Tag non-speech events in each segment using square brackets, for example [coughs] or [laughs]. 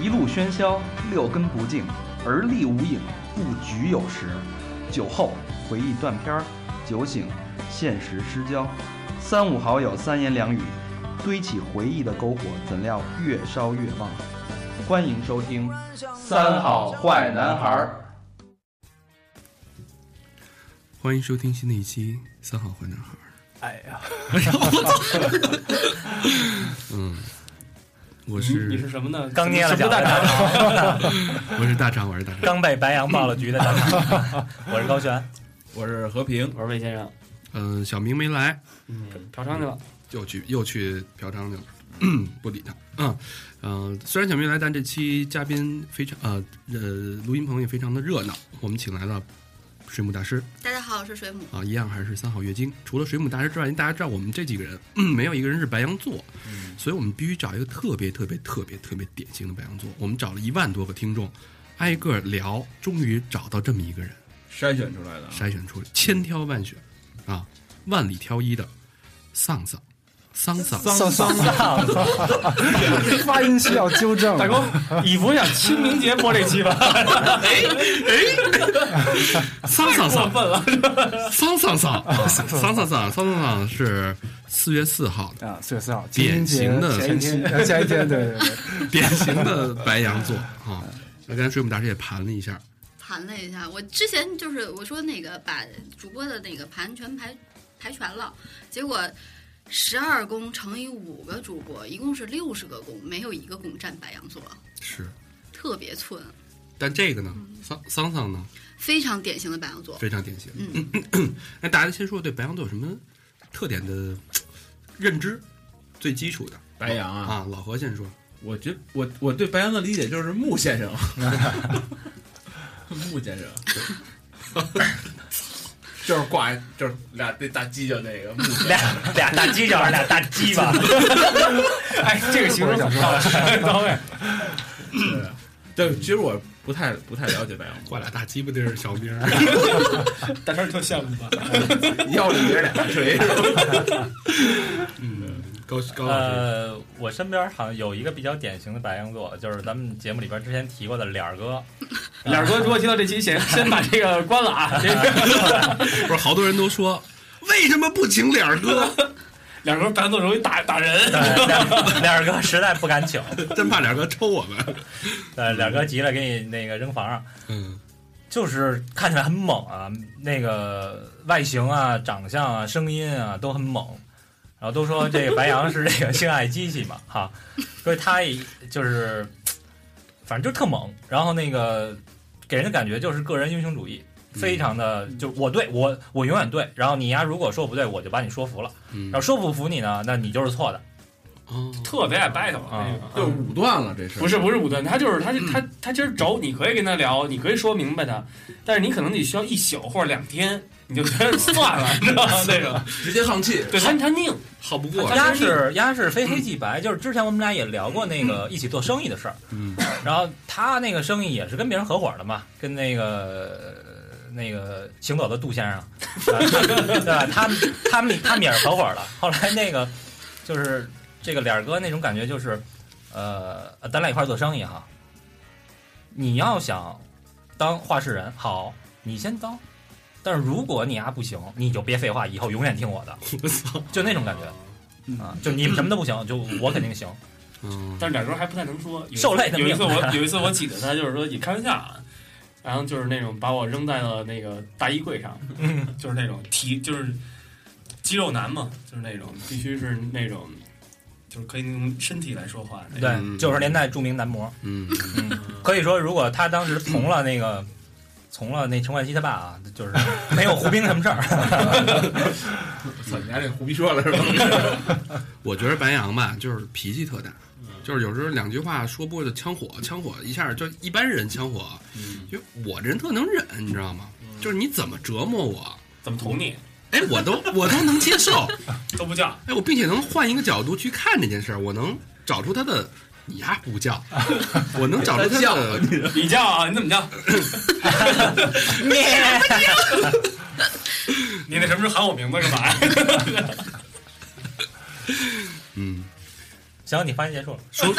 一路喧嚣，六根不净，而立无影，不局有时。酒后回忆断片儿，酒醒现实失焦。三五好友三言两语，堆起回忆的篝火，怎料越烧越旺。欢迎收听《三好坏男孩儿》。欢迎收听新的一期《三好坏男孩》。哎呀， [laughs] 嗯我是你是什么呢？刚捏了什么脚大的肠大肠，我是大肠，我是大肠。刚被白羊爆了局的大肠。 [laughs] 我是高璇，我是和平，我是魏先生，嗯嗯、小明没来，嫖娼去了。又去又去嫖娼去了， [clears throat] 不理他。嗯嗯、呃虽然小明没来，但这期嘉宾非常呃呃，录音棚也非常的热闹。我们请来了水母大师大家好，我是水母。啊，一样还是三好月经。除了水母大师之外，大家知道我们这几个人、嗯没有一个人是白羊座，嗯所以我们必须找一个特别特别特别特别典型的白羊座。我们找了一万多个听众，挨个聊，终于找到这么一个人。筛选出来的。啊筛选出来，千挑万选啊，万里挑一的丧丧丧丧丧丧丧，发音需要纠正。大哥，以不想清明节播这期吧？ [laughs] 丧丧过丧分了，丧 [laughs] 丧丧啊丧丧丧丧丧丧是四月四号的啊，四月四号，典型的前一天，呃前一天，对对对，典型的白羊座啊。那刚才水母大师也盘了一下，盘了一下，我之前就是我说那个把主播的那个盘全排排全了，结果十二宫乘以五个主播，一共是六十个宫，没有一个宫占白羊座，是，特别寸，但这个呢，丧丧丧呢非常典型的白羊座。非常典型。嗯， [clears throat] 那大家先说对白羊座有什么特点的认知，最基础的白羊啊，啊，老何先说，我觉我我对白羊的理解就是穆先生，穆先生，就是挂就是俩这大犄角那个穆先生，俩俩大鸡脚，俩大鸡 [laughs] 巴。哎，这个形容 [laughs] 很到位，到位。对啊对，其实我不太不太了解白羊，挂俩大鸡巴地是小明。 [laughs] 大肠特羡 [laughs] 慕吧？腰里边俩大锤， [laughs] 嗯，高高老师，呃，我身边好像有一个比较典型的白羊座，就是咱们节目里边之前提过的脸儿哥。 [laughs] 脸儿哥，如果听到这期，先先把这个关 [laughs] 了啊！这呃个呃不是好多人都说为什么不请脸儿哥？脸儿哥白羊座容易打打人，对脸脸儿哥实在不敢请，真怕脸儿哥抽我们。呃，脸儿哥急了给你那个扔房啊上，嗯，就是看起来很猛啊，那个外形啊、长相啊、声音啊都很猛，然后都说这个白羊是这个性爱机器嘛，哈， [laughs] 所以他也就是反正就特猛，然后那个给人的感觉就是个人英雄主义。非常的，就我对我我永远对，然后你呀，如果说不对，我就把你说服了，嗯然后说不服你呢，那你就是错的哦，特别爱 battle 啊那个。就武断了这事。不是不是武断，他就是他嗯他他今儿轴，你可以跟他聊，你可以说明白他，但是你可能得需要一宿或者两天，你就 [laughs] 觉得算了，你知道吗？ [laughs] 那种，直接放弃，对他他拧，好不过，鸭是鸭是非黑即白，就是之前我们俩也聊过那个一起做生意的事儿，嗯，然后他那个生意也是跟别人合伙的嘛，跟那个那个行走的杜先生，啊对吧？他们他们他们也是合伙的。后来那个就是这个脸儿哥那种感觉就是，呃，咱俩一块儿做生意哈，你要想当话事人，好，你先当。但是如果你丫不行，你就别废话，以后永远听我的，我操，就那种感觉。啊，就你们什么都不行，就我肯定行。嗯，但是脸儿哥还不太能说。有一 [laughs] 次受累的 [laughs] 有一命次我有一次我挤兑他，就是说你开玩笑啊，然后就是那种把我扔在了那个大衣柜上， [laughs] 就是那种提就是肌肉男嘛，就是那种必须是那种就是可以用身体来说话那种。对，九十年代著名男模， [laughs] 嗯，可以说如果他当时从了那个。从了那陈冠希他爸啊，就是没有胡兵什么事儿。 [laughs] [laughs] 我操，你家这胡逼说了是吧？ [laughs] 我觉得白羊吧，就是脾气特大，就是有时候两句话说不过就枪火，枪火一下就一般人枪火，嗯就我这人特能忍，你知道吗？就是你怎么折磨我，怎么捅你哎，我都我都能接受，都不 [laughs] 叫，哎，我并且能换一个角度去看这件事儿，我能找出他的。你呀不叫，我能找出他的你叫啊？你怎么叫？你那什么 [laughs] 时候喊我名字干嘛呀？嗯，行，你发言结束了。说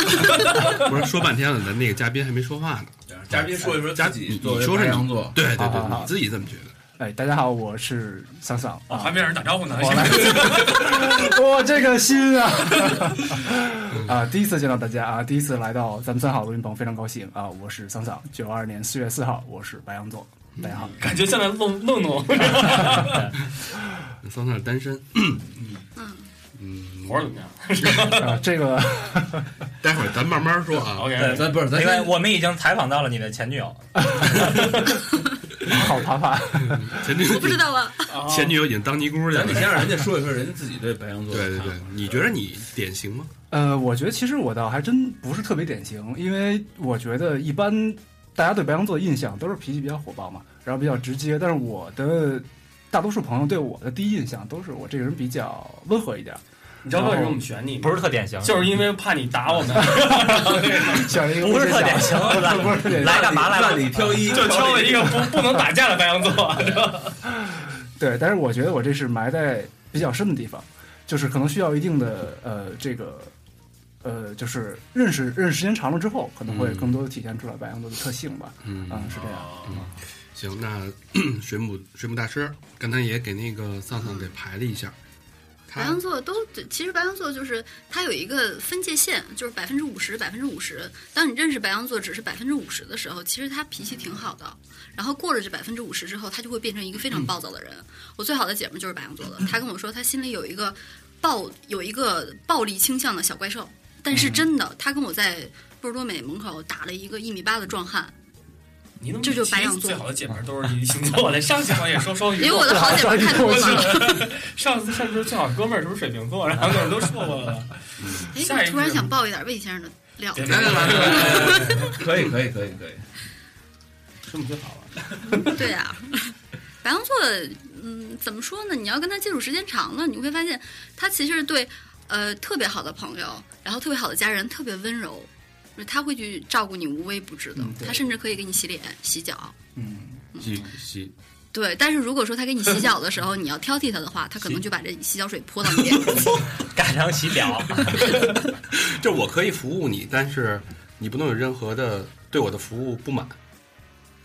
不是说半天了，咱那个嘉宾还没说话呢。啊嘉宾说一说嘉自己你作你为说白说羊你座，对对好好对，好你自己这么觉得？哎，大家好，我是桑桑哦，还啊，没让人打招呼呢。我来我这个心啊 [laughs] 啊，第一次见到大家啊，第一次来到咱们三好录音棚，非常高兴啊，我是桑桑，九二年四月四号，我是白羊座，大家好， [laughs] 感觉现在愣愣弄，桑桑是单身，嗯，嗯，活儿怎么样？啊，这个待会儿咱慢慢说啊。 OK，咱不是咱另外，先我们已经采访到了你的前女友，好爬爬，前女我友不知道啊，前女友已经当尼姑去咱得了。先让人家说一说啊人家自己对白羊座对的对看法。对，你觉得你典型吗？呃，我觉得其实我倒还真不是特别典型，因为我觉得一般大家对白羊座的印象都是脾气比较火爆嘛，然后比较直接。但是我的大多数朋友对我的第一印象都是我这个人比较温和一点，你知道为什么我们选你吗？不是特典型，就是因为怕你打我们， [laughs] 选了一个不是特典型， [laughs] 不是特典型来干嘛来那了？你挑一，就挑了一个不不能打架的白羊座。对，但是我觉得我这是埋在比较深的地方，就是可能需要一定的呃这个呃就是认识认识时间长了之后，可能会嗯更多的体现出来白羊座的特性吧。嗯嗯，是这样。行，那 [clears throat] 水母水母大师刚才也给那个丧丧给排了一下，白他羊座都其实白羊座就是它有一个分界线，就是百分之五十，百分之五十。当你认识白羊座只是百分之五十的时候，其实他脾气挺好的。然后过了这百分之五十之后，他就会变成一个非常暴躁的人。我最好的姐们就是白羊座的，她跟我说她心里有一个暴有一个暴力倾向的小怪兽，但是真的，她跟我在波尔多美门口打了一个一米八的壮汉。你怎么这就是白羊座最好的姐妹都是一 [laughs] 星座的？上期好像也说双鱼因为座，我的好姐妹太 [laughs] 多了，上次上次最好哥们儿是不是水瓶座？然后有人都说过了。哎，下我一个突然想爆一点魏先生的料。 [laughs] 别别来来来来来来来，可以可以可以可以，这么就好了。对啊，白羊座，嗯，怎么说呢？你要跟他接触时间长了，你会发现他其实对呃特别好的朋友，然后特别好的家人特别温柔，就是他会去照顾你无微不至的，嗯对他甚至可以给你洗脸、洗脚。嗯，洗洗对，但是如果说他给你洗脚的时 [laughs] 候，你要挑剔他的话，他可能就把这洗脚水泼到你脸上。 [laughs] [laughs] 赶上洗脚，就我可以服务你，但是你不能有任何的对我的服务不满。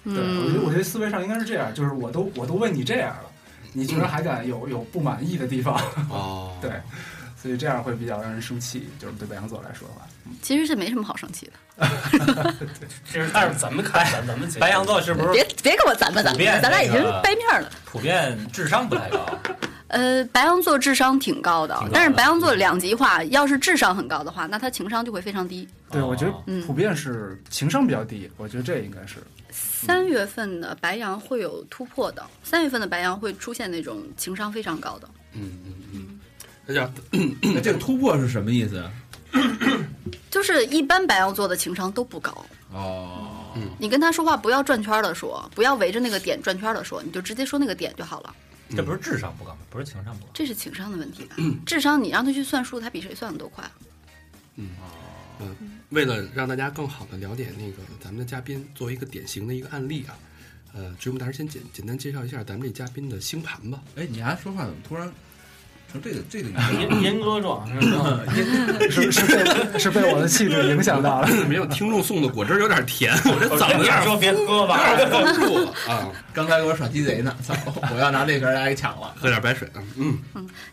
对，我觉得我嗯，觉得思维上应该是这样，就是我都我都问你这样了，你居然还敢有有不满意的地方，啊哦， [laughs] 对所以这样会比较让人生气，就是对白羊座来说的话。其实这没什么好生气的， [laughs] 这是但是咱们看咱咱们节目哎白羊座是不是别别跟我咱们咱普们遍那，咱俩已经个掰面了。普遍智商不太高？呃，白羊座智商挺高的，挺高的但是白羊座两极化，要是智商很高的话，那他情商就会非常低。对，我觉嗯得哦普遍是情商比较低，我觉得这应该是三月份的白羊会有突破的，三月份的白羊会出现那种情商非常高的。嗯嗯嗯，那叫那这个突破是什么意思啊？就是一般白羊座的情商都不高，哦，你跟他说话不要转圈的说，不要围着那个点转圈的说，你就直接说那个点就好了。嗯这不是智商不高，不是情商不高。这是情商的问题吧？智商你让他去算数，他比谁算的都快。为了让大家更好的了解那个咱们的嘉宾，作为一个典型的一个案例啊，呃，追梦大师先简简单介绍一下咱们这嘉宾的星盘吧。哎，你丫说话怎么突然成这个这个语严气？严哥状是吧？是是被是被我的气质影响到了。 [laughs] [laughs] 没有听众送的果汁有点甜，我这我嗓跟子有你点说别喝吧，封住了啊，刚才给我耍鸡贼 [laughs] 呢，操！我要拿这瓶儿来给抢了。喝点白水啊，嗯。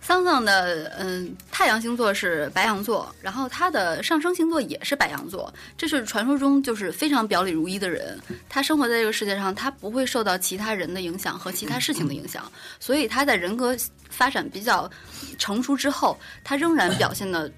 桑桑的嗯，太阳星座是白羊座，然后他的上升星座也是白羊座，这是传说中就是非常表里如一的人。他生活在这个世界上，他不会受到其他人的影响和其他事情的影响，所以他在人格发展比较成熟之后，他仍然表现的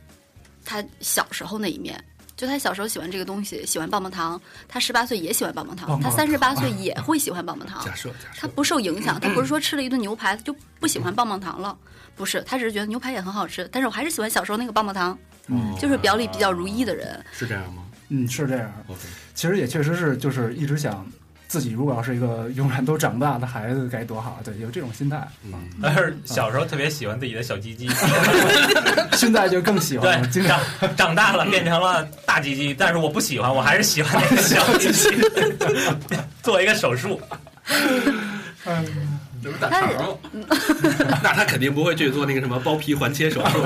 他小时候那一面。就他小时候喜欢这个东西，喜欢棒棒糖。他十八岁也喜欢棒棒糖，棒他棒三十八岁也会喜欢棒棒 [laughs] 糖。假设假设，他不受影响，他不是嗯说吃了一顿牛排他就不喜欢棒棒糖了，不是，他只是觉得牛排也很好吃，但是我还是喜欢小时候那个棒棒糖，哦嗯就是表里比较如一的人。是这样吗嗯，是这样。 ？OK，其实也确实是，就是一直想自己如果要是一个永远都长不大的孩子该多好。对，有这种心态，嗯，但是小时候特别喜欢自己的小鸡鸡，嗯现在就更喜欢了。经对，常长长大了变成了大鸡鸡，但是我不喜欢，我还是喜欢那个小鸡 [laughs] 鸡，做一个手术。嗯这不大但是嗯肠吗？ [laughs] 那他肯定不会去做那个什么包皮环切手术。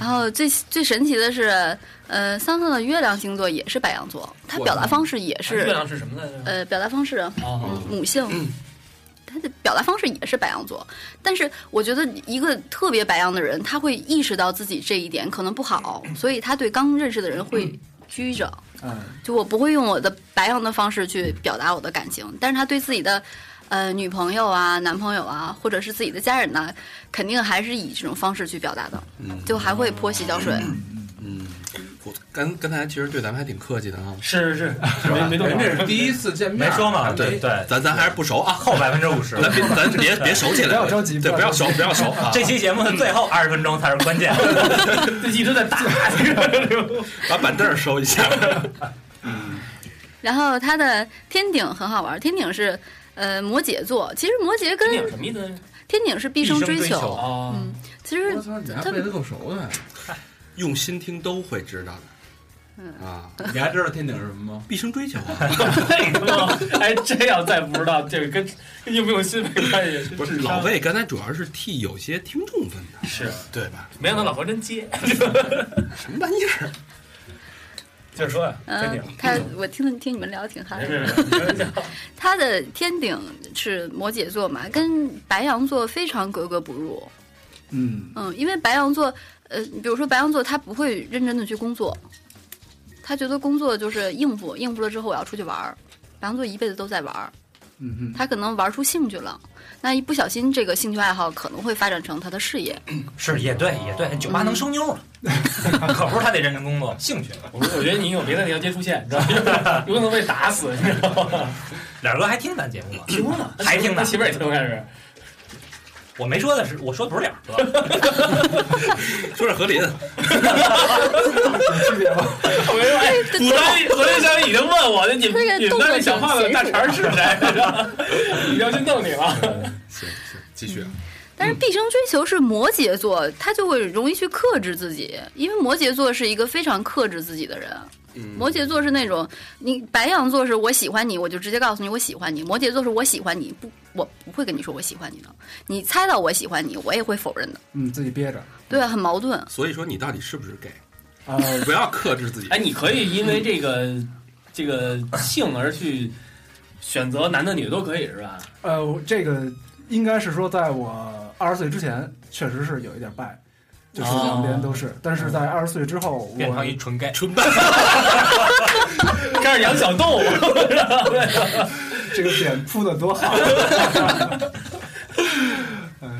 然后最最神奇的是，呃，桑桑的月亮星座也是白羊座，他表达方式也啊月是亮是什么来着？呃表达方式哦，母性，他的表达方式也是白羊座。但是我觉得一个特别白羊的人，他会意识到自己这一点可能不好，所以他对刚认识的人会拘着。嗯，就我不会用我的白羊的方式去表达我的感情，但是他对自己的呃女朋友啊、男朋友啊，或者是自己的家人呐、肯定还是以这种方式去表达的，就还会泼洗脚水。嗯，我刚刚才其实对咱们还挺客气的啊，是是是是，吧没没动啊人摇家是第一次见面，没说嘛，咱对们对，咱咱还是不熟 [laughs] 啊，后百分之五十。咱别咱别别熟起来， [laughs] 不要着急对，不不要要熟，不要熟 [laughs] 啊。这期节目的最后二十分钟才是关 [laughs] 键。一直 [laughs] 在打这个。把板凳收一下。 [clears throat] 然后他的天顶很好玩，天顶是呃摩羯座，其实摩羯跟电影什么意思？天顶是毕生追毕生追求哦，嗯，其实我操，你还背的够熟的，用心听都会知道嗯的。啊，你还知道天顶是什么吗？毕生追求啊，这他妈， [laughs] 哎，这要再不知道，这个跟跟用不用心没关系。不是老魏，刚才主要是替有些听众问的，是，对吧？没想到老婆真接。 [laughs] 什么玩意儿？就是说，嗯、他我听听你们聊得挺嗨没的。事没事没事，他的天顶是摩羯座嘛，跟白羊座非常格格不入。嗯，嗯，因为白羊座，呃，比如说白羊座，他不会认真的去工作，他觉得工作就是应付，应付了之后我要出去玩儿。白羊座一辈子都在玩儿，嗯哼，他可能玩出兴趣了，那一不小心这个兴趣爱好可能会发展成他的事业。是也对也对，酒吧能收妞了，可不是他得认真工作，兴趣。我我觉得你有别的你要接出现，你知道 [laughs] 吗？有可能被打死，你知道吗？脸哥还听咱节目吗？听呢还听呢媳妇儿也听开始。我没说的是，我说的不是脸哥，说点何林，区别吧，我跟你说，哎，古代何林香已经问我了，你们那个你们那小胖子动作大很娴熟肠是谁？你要去弄你了。 [laughs] 行行，继续啊。但是毕生追求是摩羯座，他就会容易去克制自己，因为摩羯座是一个非常克制自己的人。嗯嗯摩羯座是那种，你白羊座是我喜欢你，我就直接告诉你我喜欢你；摩羯座是我喜欢你，不，我不会跟你说我喜欢你的，你猜到我喜欢你，我也会否认的。嗯，自己憋着，对，啊很矛嗯盾。所以说你到底是不是 gay？啊，不要克制自己哎，。你可以因为这个这个性而去选择男的女的都可以是吧？呃，我这个应该是说，在我二十岁之前，确实是有一点败，就是哦两边都是。但嗯是在二十岁之后，变成一我纯 gay。 [laughs] 开始养小动物，这个点铺的多好 [laughs]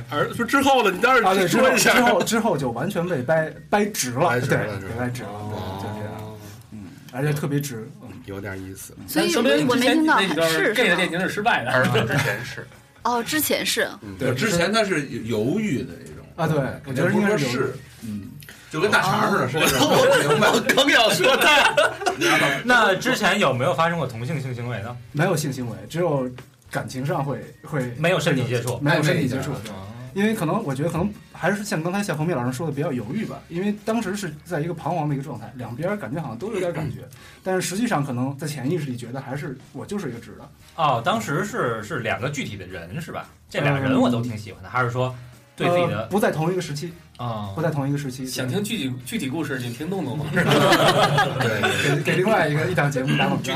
而说之后呢，你倒啊！是对，之后说一之下。后之后就完全被掰掰直掰了，直对，了是吧哦被掰直了，对，就这样，嗯，而且特别直，嗯， [laughs] 有点意思，啊所以说明你哎我之没前听到那几段是 gay 是的恋吗？情是失败的，之前是，哦，之前是对，嗯之前他是犹豫的那种啊对我我觉觉得得不是说应该是犹豫是，嗯，就跟大肠似的，是吧我明白， [laughs] 刚要说他， [laughs] 那之前有没有发生过同性性行为呢？没有性行为，只有感情上会会没有身体接触。没有身体接触，啊因为可能我觉得可能还是像刚才夏红梅老师说的比较犹豫吧，因为当时是在一个彷徨的一个状态，两边感觉好像都有点感觉， [clears throat] 但是实际上可能在潜意识里觉得还是我就是一个直的，哦，当时是是两个具体的人是吧？这俩嗯人我都挺喜欢的，还是说对自己呃的不在同一个时期，啊嗯不？在同一个时期，想听具体具体故事，你听动动 [laughs] 嘛。对， [laughs] 给给另外一个一档节目打广告， [clears throat]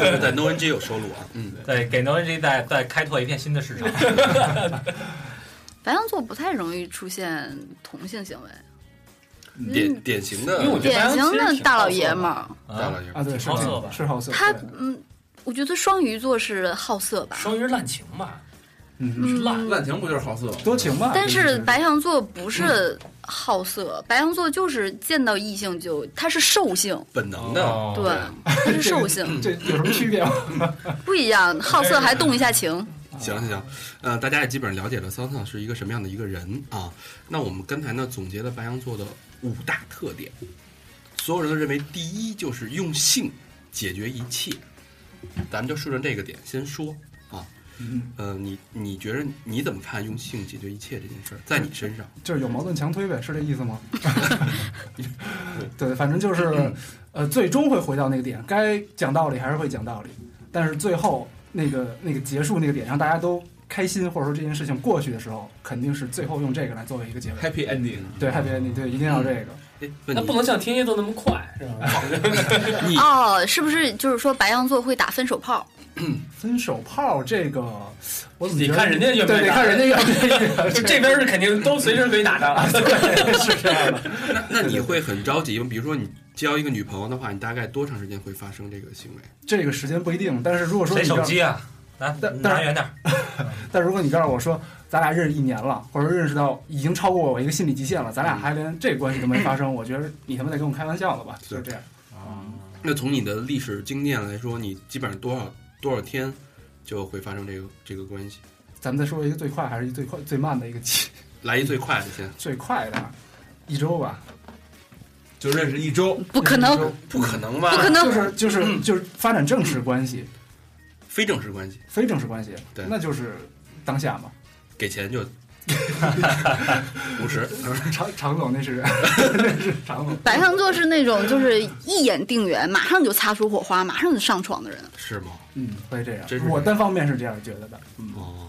对在 No N G 有收入啊，嗯，对，给 No N G 再再开拓一片新的市场。白羊座不太容易出现同性行为，嗯典典型的因为我觉得白典羊其型实的挺大好老色爷的们儿。大老啊，爷啊，对，是好色吧是好色，他对嗯，我觉得双鱼座是好色吧，双鱼是滥情吧？嗯，嗯，滥情不就是好色吗？多情吧，但就是白羊座不嗯是好色，白羊座就是见到异性就他是兽性，本能的，哦对， [laughs] 他是兽 [laughs] 性，这有什么区别吗？啊不一样。好色还动一下情，行行行，呃，大家也基本上了解了桑桑是一个什么样的一个人啊。那我们刚才呢总结了白羊座的五大特点，所有人都认为第一就是用性解决一切，咱们就顺着这个点先说啊。嗯呃，你你觉得你怎么看用性解决一切这件事儿，在你身上？就是有矛盾强推呗，是这意思 [laughs] 吗？ [laughs] 对，反正就是，呃，最终会回到那个点，该讲道理还是会讲道理，但是最后那个那个结束那个点，让大家都开心或者说这件事情过去的时候，肯定是最后用这个来作为一个结尾。 Happy ending，对，happy ending，对，一定要这个。嗯哎，那问不能像天蝎座那么快，是吧？你哦，是不是就是说白羊座会打分手炮？分手炮这个，我怎么觉你看人家愿不对，愿你意打看人家愿不愿意就 [laughs] 这边是肯定都随时可以打的，啊对，是这样的。那那你会很着急吗？比如说你交一个女朋友的话，你大概多长时间会发生这个行为？这个时间不一定，但是如果说谁你手让机啊？拿但但拿远点儿，但如果你告诉我说，咱俩认识一年了，或者认识到已经超过我一个心理极限了，咱俩还连这关系都没发生，我觉得你他妈在跟我开玩笑呢吧？就是这样。那从你的历史经验来说，你基本上多少多少天就会发生这个这个关系？咱们再说一个最快还是一最快最慢的一个 [laughs] 期，来一最快的先，最快的一周吧，就认识一周，不可能，不可能不吧？可就能，是就是就是发展正式关系，非正式关系，非正式关系，对那就是当下嘛。给钱 [laughs] 就五十， [laughs] 常常总那 [laughs] 是那是常总，白羊座是那种就是一眼定缘，马上就擦出火花，马上就上床的人。是吗？嗯，会这样真是。我单方面是这样觉得的，嗯，哦，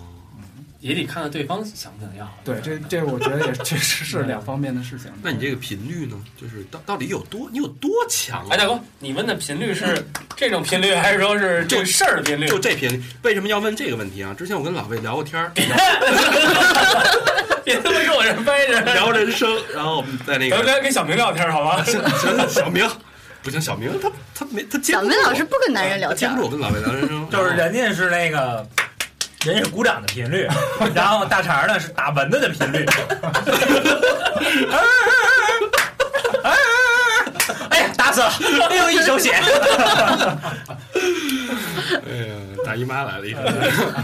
也得看看对方想不想要。对，这这我觉得也确实是两方面的事情。那你这个频率呢？就是到到底有多你有多强、啊？哎，大哥，你问的频率是这种频率，还是说是这事儿的频率？就这频率，为什么要问这个问题啊？之前我跟老魏聊过天儿，别他妈跟我这儿掰着。聊人生，然后我们在那咱们个来跟小明聊天好 [laughs] 吗？小小明，不行，小明他他没他接小不住明我老师不跟男人聊他接天不，住我跟老魏聊人生，就是然后人家是那个，人家是鼓掌的频率，然后大肠呢是打蚊子的频率。哎呀，打死了！哎呦，一手血。哎呀，大姨妈来了一声，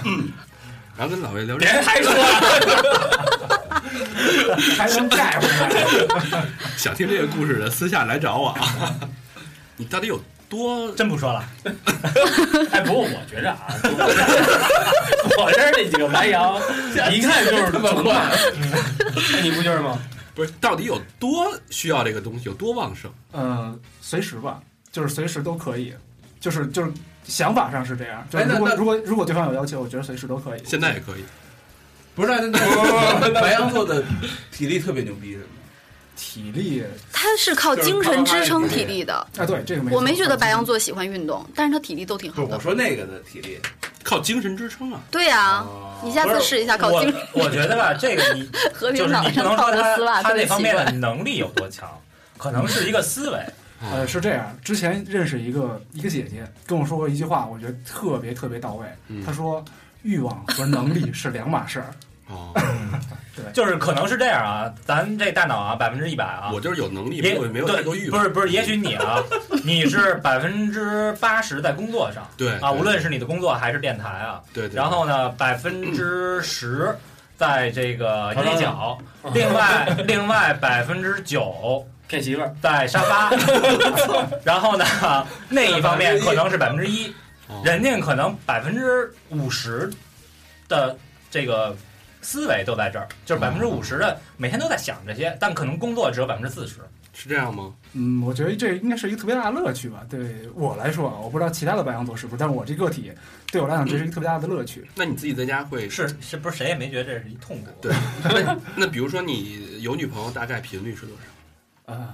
嗯然后跟老魏聊 [laughs] 别人生，还说了，还能盖回来。想听这个故事的私下来找我啊。你到底有多真不说了，哎，不过我觉着啊，我这儿这几个白羊，一看就是这么快，那你不就是吗？不是？到底有多需要这个东西？有多旺盛？呃，随时吧，就是随时都可以，就是就是想法上是这样。就哎是那如果那如果如果对方有要求，我觉得随时都可以。现在也可以。不是那那白羊座的体力特别牛逼，是吗？体力他是靠精神支撑体力的。啊，对这个没错我没觉得白羊座喜欢运动，但是他体力都挺不好是，我的。说那个的体力，靠精神支撑啊！对呀、哦你下次试一下靠我精我觉得吧，这个 [laughs] 你和就平是岛你不上能套说着他丝袜他特这别方奇面的怪。能力有多强，可能是一个思维。呃哎是这样。之前认识一个一个姐姐跟我说过一句话，我觉得特别特别到位。嗯她说。欲望和能力是两码事儿，哦，就是可能是这样啊，咱这大脑啊，百分之一百啊，我就是有能力，没也有没有对太多欲不望。是不是，也许你 [laughs] 啊，你是百分之八十在工作上对啊，对无论是你的工作还是电台啊，对对，然后呢，百分之十在这个嗯好捏脚，另外另外百分之九骗媳妇儿，在沙发， [laughs] 然后呢，那一方面可能是百分之一，哦人家可能百分之五十的这个思维都在这儿，就是百分之五十的每天都在想这些，但可能工作只有百分之四十。是这样吗？嗯，我觉得这应该是一个特别大的乐趣吧。对我来说啊，我不知道其他的白羊座是不是，但是我这个体对我来讲，这是一个特别大的乐趣。那你自己在家会是是不是谁也没觉得这是一痛苦？对那那比如说你有女朋友，大概频率是多少？呃，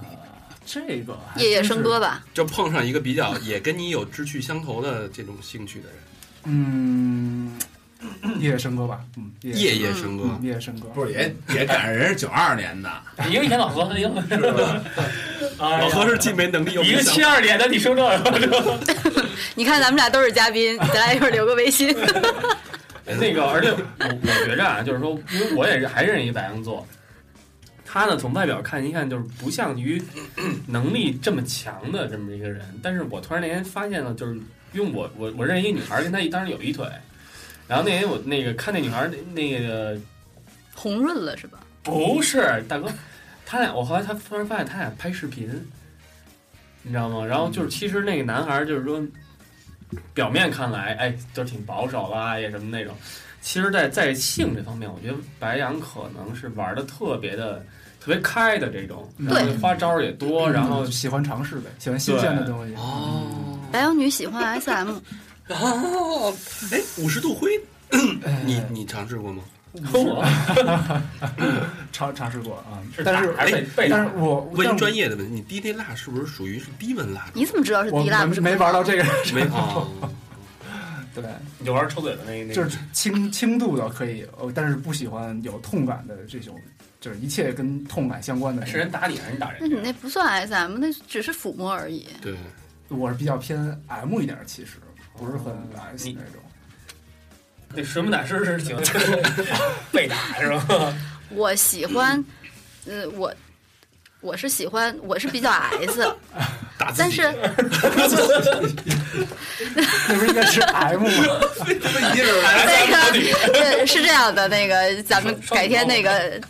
这个还夜夜真笙是歌吧，就碰上一个比较也跟你有志趣相投的这种兴趣的人，嗯，夜夜笙歌吧，嗯，夜夜夜笙歌嗯，夜夜笙歌，不是也也赶上人是九二 [laughs] 年的，一个一天老何，一个是吧？哎呀老何是既没能力又一没个想七二年的，你说这个你看咱们俩都是嘉宾，咱俩一会儿留个微信。 [laughs] 那个，而且我我觉着啊，就是说，因为我也是还认识一白羊座，他呢从外表看一看就是不像于 [clears throat] 能力这么强的这么一个人，但是我突然那天发现了，就是因为我我我认识一女孩儿，跟他当时有一腿，然后那天我那个看那女孩儿那个红润了是吧？不是大哥，他俩我后来他突然发现他俩拍视频，你知道吗？然后就是其实那个男孩儿就是说，表面看来哎就是挺保守啦，也什么那种，其实在在性这方面，我觉得白羊可能是玩的特别的特别开的这种，对然后花招儿也多，然后嗯喜欢尝试呗，喜欢新鲜的东西。哦啊白羊女喜欢 SM，哦，哎，五十度灰你你尝试过吗？嗯我尝尝试过啊是，但是哎打还是被被但是我问但专业的问题，你低温蜡是不是属于是低温蜡？你怎么知道是我滴蜡？我不是没玩到这个，没 [laughs] 啊？ [laughs] 对，你就玩抽嘴的那那个，就是轻轻度的可以，呃，但是不喜欢有痛感的这种，就是一切跟痛感相关的。是人打你还是你打那你人？那不算 SM，那只是抚摸而已。对，我是比较偏 M 一点儿，其实不是很哦 S 那种。那水母打师是挺被打是吧？我喜欢，呃，我我是喜欢，我是比较 S， [laughs] 打自但己是 [laughs] 那不是应该是 [laughs] M 吗？那个对是这样的，那个咱们改天那个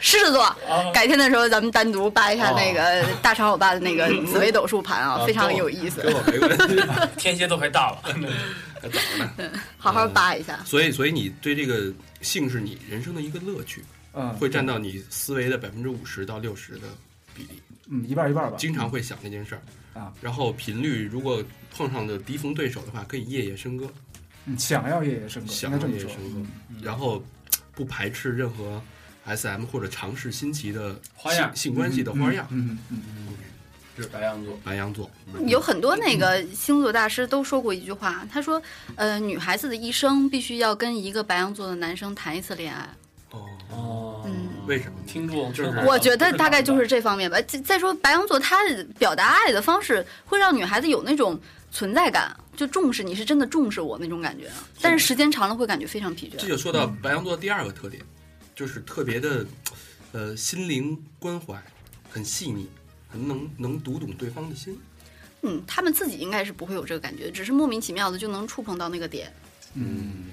狮子啊座，改天的时候咱们单独扒一下那个大长老爸的 [laughs] 那个紫微斗数盘啊，非常有意思，跟我没关系，天蝎都快到了，还早着呢。好好扒一下。 [laughs] 所以，所以你对这个性是你人生的一个乐趣，嗯，会占到你思维的百分之五十到六十的比例，嗯一半儿一半儿吧。经常会想这件事儿啊。然后频率，如果碰上的敌逢对手的话，可以夜夜笙歌，嗯想要夜夜笙歌，想应该要这夜么夜说嗯笙。歌，然后不排斥任何 S M 或者尝试新奇的花样性性关系的花样。嗯嗯嗯，是白羊座，白羊座，有很多那个星座大师都说过一句话，他说，呃，女孩子的一生必须要跟一个白羊座的男生谈一次恋爱。哦，哦嗯为什么？听众就是我觉得大概就是这方面吧。再再说白羊座，他表达爱的方式会让女孩子有那种存在感，就重视你是真的重视我那种感觉。啊但是时间长了会感觉非常疲这倦。就说到白羊座的第二个特点，就是特别的，呃，心灵关怀，很细腻，很能能读懂对方的心。嗯，他们自己应该是不会有这个感觉，只是莫名其妙的就能触碰到那个点。嗯，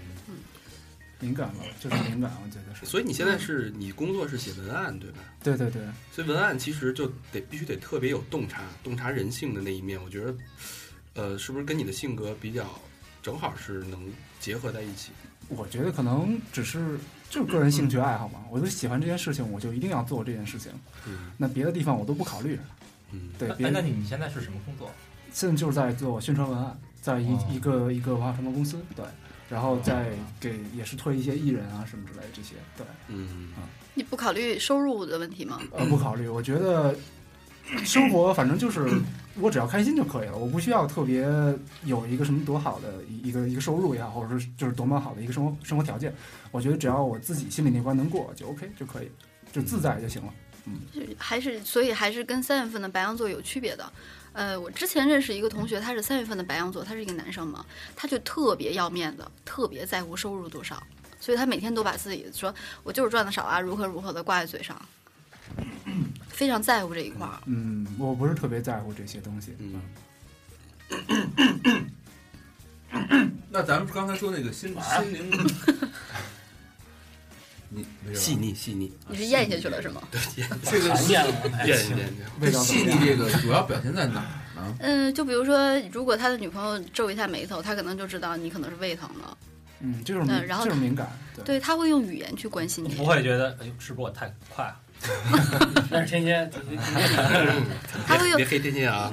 敏感吧，就是敏感，我觉得是。所以你现在是你工作是写文案对吧？对对对，所以文案其实就得必须得特别有洞察，洞察人性的那一面。我觉得，呃，是不是跟你的性格比较正好是能结合在一起？我觉得可能只是就是个人兴趣爱好嘛，我就喜欢这件事情，我就一定要做这件事情。嗯那别的地方我都不考虑。嗯，对，别啊那那的你你现在是什么工作？现在就是在做宣传文案，在一、哦一个一个文化传播公司，对，然后再哦给也是推一些艺人啊什么之类的这些，对，嗯你不考虑收入的问题吗？呃，不考虑，我觉得生活反正就是我只要开心就可以了，我不需要特别有一个什么多好的一一个一个收入也好，或者是就是多么好的一个生活生活条件，我觉得只要我自己心里那关能过就 OK 就可以，就自在就行了。就是还是所以还是跟三月份的白羊座有区别的。呃，我之前认识一个同学，他是三月份的白羊座，他是一个男生嘛，他就特别要面子，特别在乎收入多少，所以他每天都把自己说我就是赚的少啊，如何如何的挂在嘴上，非常在乎这一块儿。嗯，我不是特别在乎这些东西。嗯， [coughs] 那咱们刚才说那个心 [laughs] 心灵，你没事吧细腻细腻，啊你是咽下去了是吗？这个 [laughs] 残念了，验一验。味道怎细么腻样？这个主要表现在哪儿呢？嗯，就比如说，如果他的女朋友皱一下眉头，他可能就知道你可能是胃疼了，嗯，这就是嗯敏然后这就是敏感，对。对他会用语言去关心你不。会觉得哎呦，是不是我太快 [laughs] 了？那是天蝎，天蝎 [laughs] 他会别用别黑天蝎啊！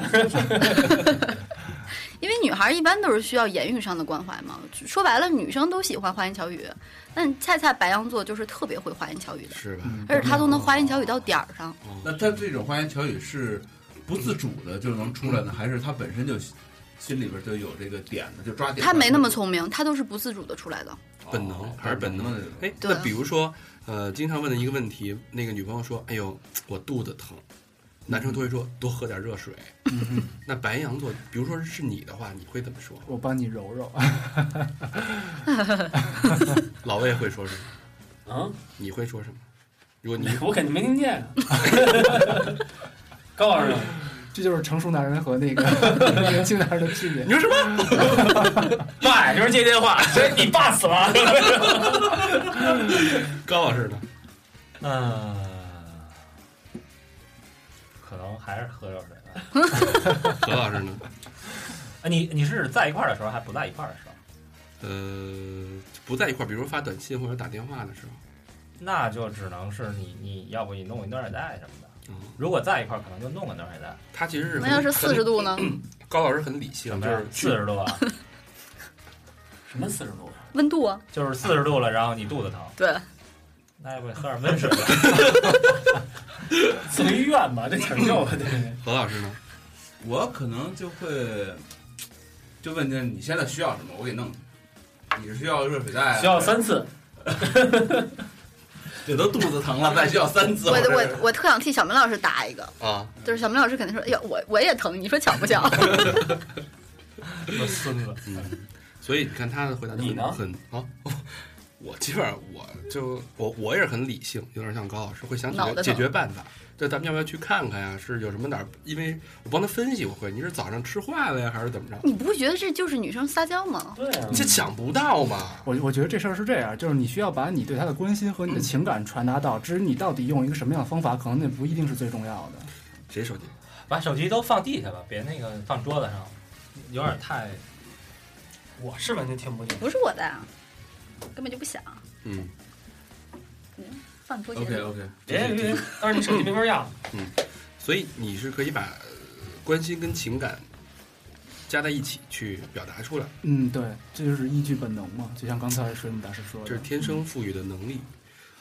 因为女孩一般都是需要言语上的关怀嘛，说白了，女生都喜欢花言巧语，但恰恰白羊座就是特别会花言巧语的，是吧？嗯而且他都能花言巧语到点儿上。那他这种花言巧语是不自主的就能出来呢，还是他本身就心里边就有这个点的，就抓点？他没那么，聪明，他都是不自主的出来的。哦本能还是本能的这种。哎，对啊那比如说，呃，经常问的一个问题，那个女朋友说：“哎呦，我肚子疼。”男生都会说：“多喝点热水。”嗯那白羊座，比如说是你的话，你会怎么说？我帮你揉揉， [laughs] 老魏会说什么？啊，你会说什么？如果你我肯定没听见啊。 [laughs] 告诉 [laughs] 你，这就是成熟男人和那个 [laughs] 年轻男人的区别。你说什么？爸，就是接电话，谁你爸死了？高老师呢？嗯，可能还是喝热水吧。何老师呢？啊，你你是在一块儿的时候，还不在一块儿的时候，呃，不在一块儿，比如说发短信或者打电话的时候，那就只能是你你要不你弄一暖水袋什么的。嗯，如果在一块儿，可能就弄个暖水袋。他其实是那要是四十度，度呢？高老师很理性 [laughs] 什，么就呀是？去四十度啊？什么四十度？温度啊，就是四十度了，然后你肚子疼， [laughs] 对，那要不喝点温水吧？送医院吧，这抢救吧，对。何老师呢？我可能就会就问他你现在需要什么，我给弄。你是需要热水袋？啊需要三次，这都肚子疼了，再需要三次。我这我我特想替小明老师答一个，啊，就是小明老师肯定说，哎呀，我我也疼，你说巧不 [laughs] 巧？我孙子，嗯，所以你看他的回答就你呢很很啊，我基本上我就我我也是很理性，有点像高老师，会想解脑决袋解疼决办法。对，咱们要不要去看看呀？是有什么哪儿？因为我帮他分析，我会你是早上吃坏了呀，还是怎么着？你不会觉得这就是女生撒娇吗？对啊你，这想不到嘛？我我觉得这事儿是这样，就是你需要把你对他的关心和嗯你的情感传达到，至于你到底用一个什么样的方法，可能那不一定是最重要的。谁手机？把手机都放地下吧，别那个放桌子上，有点太我是完全听不进。不是我的啊，根本就不想嗯，放桌 OK 前。 OK，别别，但是你手机没法要。所以你是可以把呃关心跟情感加在一起去表达出来，嗯，对，这就是依据本能嘛，就像刚才水母大师说这的是，天生赋予的能力。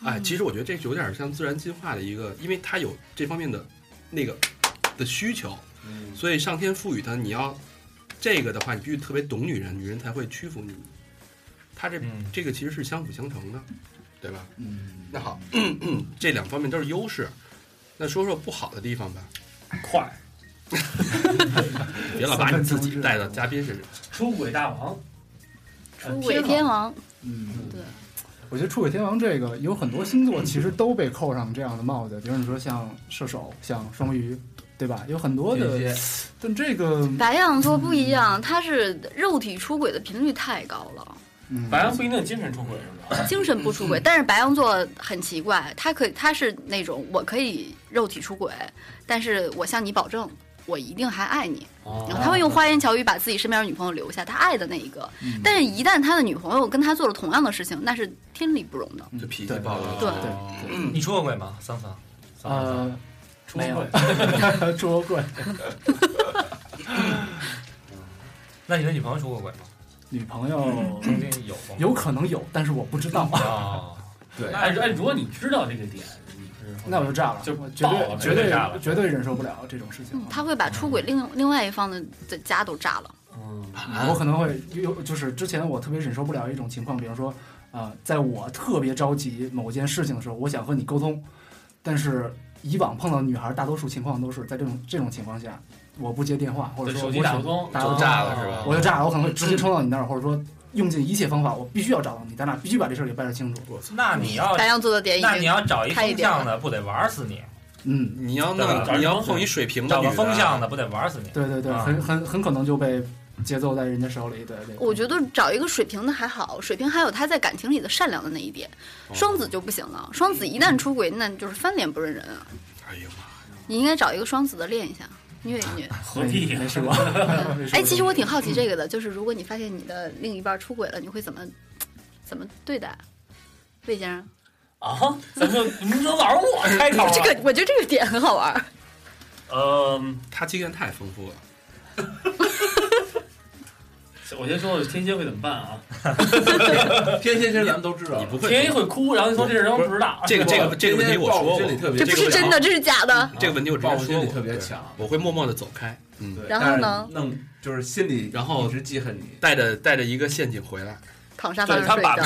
哎，其实我觉得这有点像自然进化的一个，因为它有这方面的那个的需求，嗯，所以上天赋予他，你要这个的话，你必须特别懂女人，女人才会屈服你。他这、嗯这个其实是相辅相成的，对吧？嗯，那好， [clears throat] 这两方面都是优势。那说说不好的地方吧，快， [laughs] 别老把你自己带到嘉宾身上。出轨大王，出轨天王，嗯，对，我觉得出轨天王这个有很多星座其实都被扣上这样的帽子，比如你说像射手、像双鱼，对吧？有很多的，天蝎但这个，白羊座不一样，他是肉体出轨的频率太高了，嗯，白羊不一定精神出轨是吧？精神不出嗯轨。但是白羊座很奇怪，他可他是那种我可以肉体出轨，但是我向你保证。我一定还爱你，哦然后他会用花言巧语把自己身边的女朋友留下，他爱的那一个。嗯但是，一旦他的女朋友跟他做了同样的事情，那是天理不容的。就脾气嗯对暴了嗯对对嗯对，你出过轨吗？桑桑，桑桑呃，出没轨 [laughs] 有，出过轨，那你的女朋友出过轨吗？女朋友嗯曾经有过吗？有可能有，但是我不知道，哦， [laughs] 对，哎哎，如果你知道这个点，你是那我就炸了，就我绝爆了对绝就炸了对绝对忍受不了这种事情嗯，，他会把出哦轨另另外一方的的家都炸了。嗯，啊我可能会有，就是之前我特别忍受不了一种情况，比如说，呃，在我特别着急某件事情的时候，我想和你沟通，但是以往碰到女孩，大多数情况都是在这种这种情况下，我不接电话，或者说对手我机打不想通，打就炸了是吧我就炸了，我可能会直接嗯冲到你那儿，或者说用尽一切方法，我必须要找到你，咱俩必须把这事儿给办清楚。那你要白羊座的点已那你经要找一风向的，不得玩死你？嗯，你要对弄，吧你要碰一水平的找女个的风向的，不得玩死你？对对对，啊很很很可能就被节奏在人家手里。对对，我觉得找一个水平的还好，水平还有他在感情里的善良的那一点。哦双子就不行了，双子一旦出轨，那就是翻脸不认人啊！哎呦妈！你应该找一个双子的练一下，虐一虐。何必没呀没？试过。 [laughs] 没试过哎，其实我挺好奇这个的，就是如果你发现你的另一半出轨了，你会怎么怎么对待？魏先生， [laughs] 啊，咱就你们能玩我开头啊？ [laughs] 这个我觉得这个点很好玩儿。嗯，他经验太丰富了，我先说说天蝎会怎么办啊？天蝎其实咱们都知道，你不天蝎会。会哭，然后说这事儿都不知啊道。 [laughs] 这个这个这个问题我说过天蝎暴怒心理特，别这这不是真的，这是假的。这个问题我之啊报前复说心理过，特别对强。我会默默的走开，嗯，对然后但是呢弄就是心里，然后一直记恨你。带着带着一个陷阱回来，躺沙发对上他睡把觉，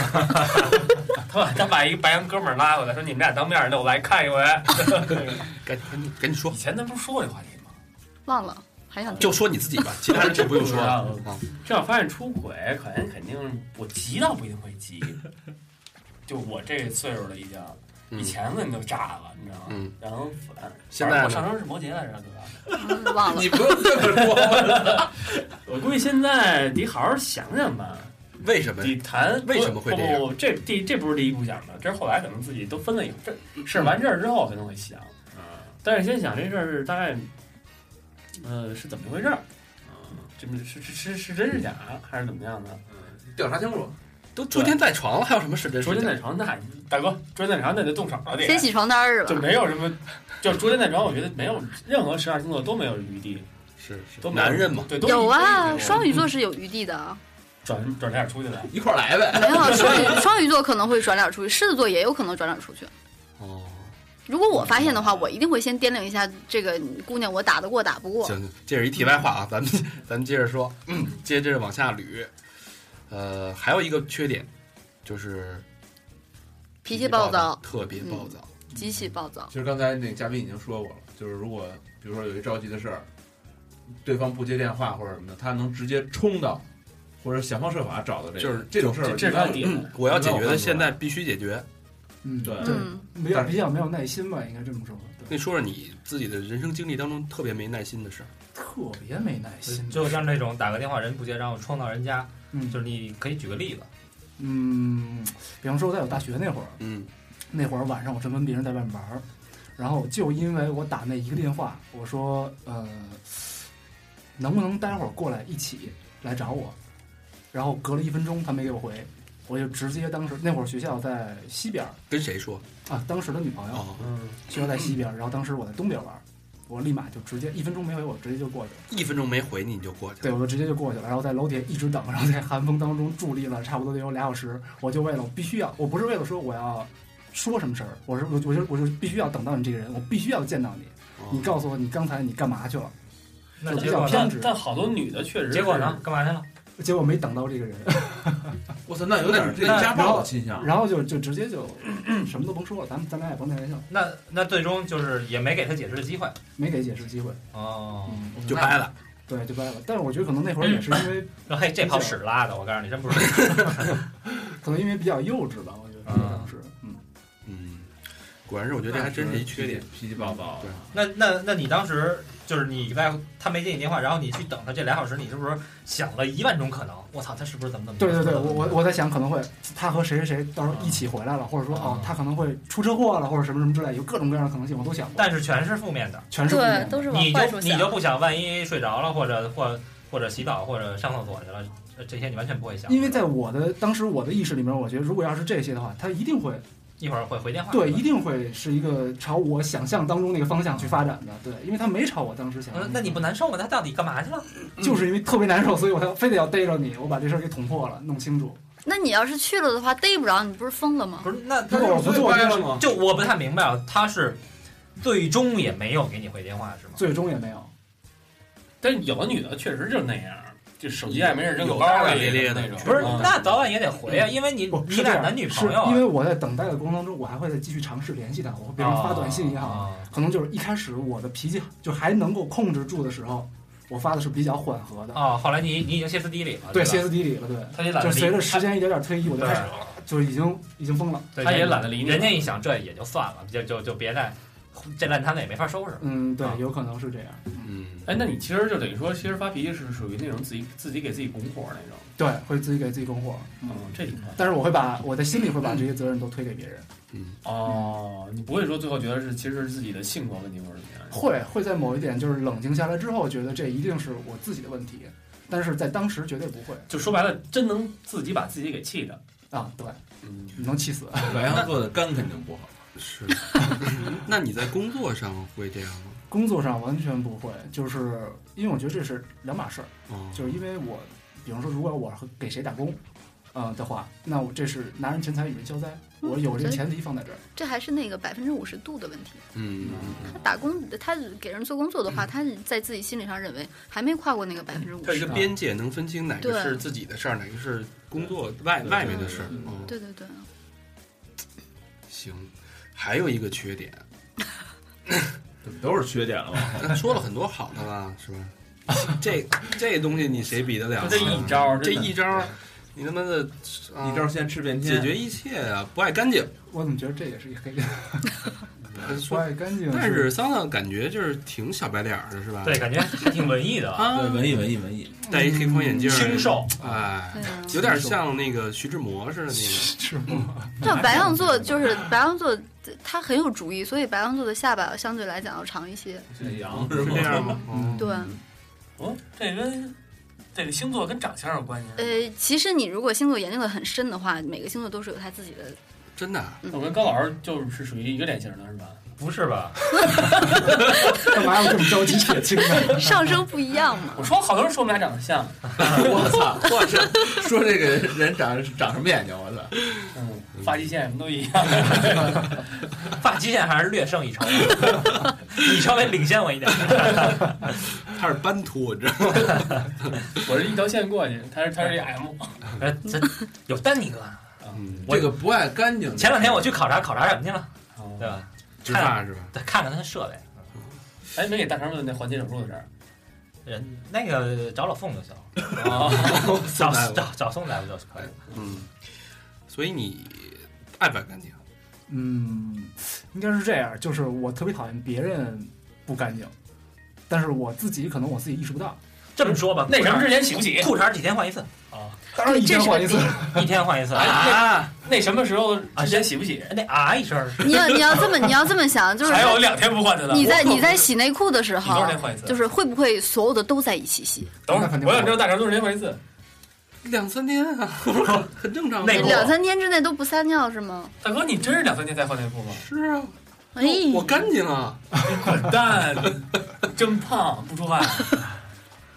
他把他把一个白羊哥们儿拉过来，说你们俩当面儿，那我来看一回。赶紧赶紧赶紧说以，前咱不是说过这话题吗？忘了，还想听就说你自己吧，其他人就不用说 [laughs] 了不知啊。这要发现出轨，肯定肯定，我急倒不一定会急，就我这岁数了已经，以嗯前问就炸了，你知道吗？嗯然后反现在呢我上升是摩羯来着，对吧？嗯忘了你。不用这么说，我估计现在得好好想想吧， [laughs] 为什么？得谈为什么会不这样不不，这第这不是第一步想的，这是后来可能自己都分了以后，这事儿完事儿之后可能会想，啊但是先想这事儿是大概，呃，是怎么一回事儿？啊这是是是是真是假，还是怎么样的？嗯调查清楚。都捉奸在床了，还有什么事真捉是奸假在床，那大哥捉奸在床那得动手了，得先洗床单儿就吧？是没有什么，就捉奸在床，我觉得没有任何十二星座都没有余地，是是都没有男人嘛，对，都有啊，一定双鱼座是有余地的。啊转转脸出去来。一块儿来呗。没有双鱼双鱼座可能会转脸出去，狮子座也有可能转脸出去。哦，如果我发现的话，我一定会先掂量一下这个姑娘，我打得过打不过。行，这是一题外话啊，咱们 [laughs] 咱们接着说，嗯接着往下捋。呃，还有一个缺点就是脾气暴躁，特别暴躁。极其暴躁。其实刚才那嘉宾已经说过了，就是如果比如说有一着急的事儿，对方不接电话或者什么的，他能直接冲到，或者想方设法找到这个，就是这种事儿，这是他的点，我要解决的现在必须解决。嗯，对对，嗯，没有比较没有耐心吧，应该这么说。那对，说说你自己的人生经历当中特别没耐心的事儿。特别没耐心。呃就像这种打个电话人不接，然后冲到人家，嗯，就是你可以举个例子，嗯，比方说在我大学那会儿，嗯，那会儿晚上我正跟别人在外面玩儿，然后就因为我打那一个电话，我说呃，能不能待会儿过来一起来找我？然后隔了一分钟他没给我回，我就直接当时那会儿学校在西边儿跟谁说？啊，当时的女朋友哦，嗯，学校在西边儿，然后当时我在东边玩儿，我立马就直接一分钟没回，我直接就过去了。一分钟没回你你就过去对，了。我就直接就过去了，然后在楼底下一直等，然后在寒风当中伫立了差不多得有俩小时。我就为了我必须要，我不是为了说我要说什么事儿，我是我我就我就必须要等到你这个人，我必须要见到你。哦你告诉我你刚才你干嘛去了？那就结比较果偏呢？但但好多女的确实，结果呢？？干嘛去了？结果没等到这个人，我操，那有点这那家暴的倾啊向。然后就就直接就 [clears throat] 什么都甭说了，咱们咱俩也甭再联系了，那那最终就是也没给他解释的机会没给解释机会，哦。嗯，就掰了。对，就掰了。但是我觉得可能那会儿也是因为， [clears throat] 说嘿，这泡屎拉的，我告诉你，真不是。可能因为比较幼稚吧，我觉得当时，嗯，嗯，果然是，我觉得这还真是一缺点。，脾气暴躁的。那那那你当时就是你在他没接你电话，然后你去等他这俩小时，你是不是想了一万种可能？我操，他是不是怎么怎么？对对对，我我我在想可能会他和谁谁谁到时候一起回来了，或者说哦啊他可能会出车祸了，或者什么什么之类，有各种各样的可能性我都想过， [laughs] 但是全是负面的，全是负对面，的都是往你坏就处你想。就不想万一睡着了，或者或或者洗澡，或者上厕所去了，这这些你完全不会想。因为在我的当时我的意识里面，我觉得如果要是这些的话，他一定会一会儿会回电话。对，一定会是一个朝我想象当中那个方向去发展的，对，因为他没朝我当时想嗯，那你不嗯难受吗？他到底干嘛去了？就是因为特别难受，所以我才非得要逮着你，我把这事儿给捅破了，弄清楚。那你要是去了的话，逮不着，你不是疯了吗？不是，那如果我不做这事，吗？就我不太明白啊，他是最终也没有给你回电话是吗？最终也没有，但有的女的确实就那样，就手机爱没事扔有个包大里咧咧的啊那种。不是，嗯那早晚也得回啊，因为你啊不你是这俩样男女朋友是因为啊，我在等待的过程当中，我还会再继续尝试联系他，我会比方发短信也好，啊，可能就是一开始我的脾气就还能够控制住的时候，我发的是比较缓和的，哦，后来你你已经歇斯底里了，对，吧歇斯底里了，对，他也啊懒就得随理着时间一点点推移，我就对开始就已经已经疯了，对他也懒得理你人家一想这也就算了，就就就别再这烂摊子也没法收拾。嗯，对啊，有可能是这样，嗯，哎，那你其实就等于说，其实发脾气是属于那种自己自己给自己拱火那种。对，会自己给自己拱火，嗯，这挺好。但是我会把我在心里会嗯把这些责任都推给别人，嗯哦，你不会说最后觉得是其实是自己的性格问题或者怎么样？会会在某一点就是冷静下来之后，觉得这一定是我自己的问题，但是在当时绝对不会就说白了，真能自己把自己给气着。啊，对，嗯，你能气死， [laughs] 白羊座的肝肯定不好。是。 [laughs] 那你在工作上会这样吗？工作上完全不会，就是因为我觉得这是两码事儿。哦，就是因为我，比方说，如果我和给谁打工，呃的话，那我这是拿人钱财与人消灾，我有这个前提放在这儿。这还是那个百分之五十度的问题。嗯，他打工，他给人做工作的话，他在自己心理上认为还没跨过那个百分之五它有一十个。边界，能分清哪个对是自己的事儿，哪个是工作外外面的事儿。嗯哦，对对对，行。还有一个缺点，怎么都是缺点了吧？咱说了很多好的了，是吧？这这东西你谁比得了啊？就这一招，这真的一招，你他妈的啊一招先吃遍天，解决一切啊！不爱干净，我怎么觉得这也是一个 [laughs] 黑点？呃不说。爱干净，但是桑桑感觉就是挺小白脸儿的，是吧？对，感觉还挺文艺 [laughs] 的啊，啊对，，文艺文艺文艺，戴一黑框眼镜，嗯清，瘦，哎对，啊。有点像那个徐志摩似的那 [laughs] 是吗？这啊白羊座就是白羊座，他很有主意，所以白羊座的下巴相对来讲要长一些。沈阳个，是是这样吗？吗？哦，对，啊哦，这跟这个星座跟长相有关系。啊呃，其实你如果星座研究的很深的话，每个星座都是有他自己的。真的啊，我跟高老师就是属于一个典型的，是吧？不是吧？干嘛要这么着急撇清呢？ [laughs] 上升不一样嘛。我说好多人说我们俩长得像，我操！我操！说这个人长长什么眼睛？我操！嗯，发际线什么都一样。 [laughs] 发际线还是略胜一 [laughs] 筹，你稍微领先我一点。他是斑秃，你知道吗？我是一条线过去，他是他是一 M，哎这有丹尼哥，我这个不爱干净的。前两天我去考察考察什么去了？哦对吧？植发是吧？再看看他的设备，哎，没给大肠问那环切手术的事儿。人那个找老宋就行，找宋大夫找找宋大夫就可以。嗯，所以你爱不爱干净？嗯，应该是这样，就是我特别讨厌别人不干净，但是我自己可能我自己意识不到。这么说吧，那什么裤衩之前洗不洗？裤衩几天换 [laughs] 一次，当然一天换一次，一天换一次。啊，那什么时候之前洗不洗？那啊一声，你要你要这么你要这么想，就是还有两天不换的呢。你在我你在洗内裤的时你多候少，天换一次？就是会不会所有的都在一起洗？等会那肯儿，定我想知道大肠多少天换一次。两三天啊，很正常。啊内裤两三天之内都不撒尿是吗？大哥，你真是两三天才换内裤吗？是啊，哎，我干净啊了。滚蛋！真胖，不出汗。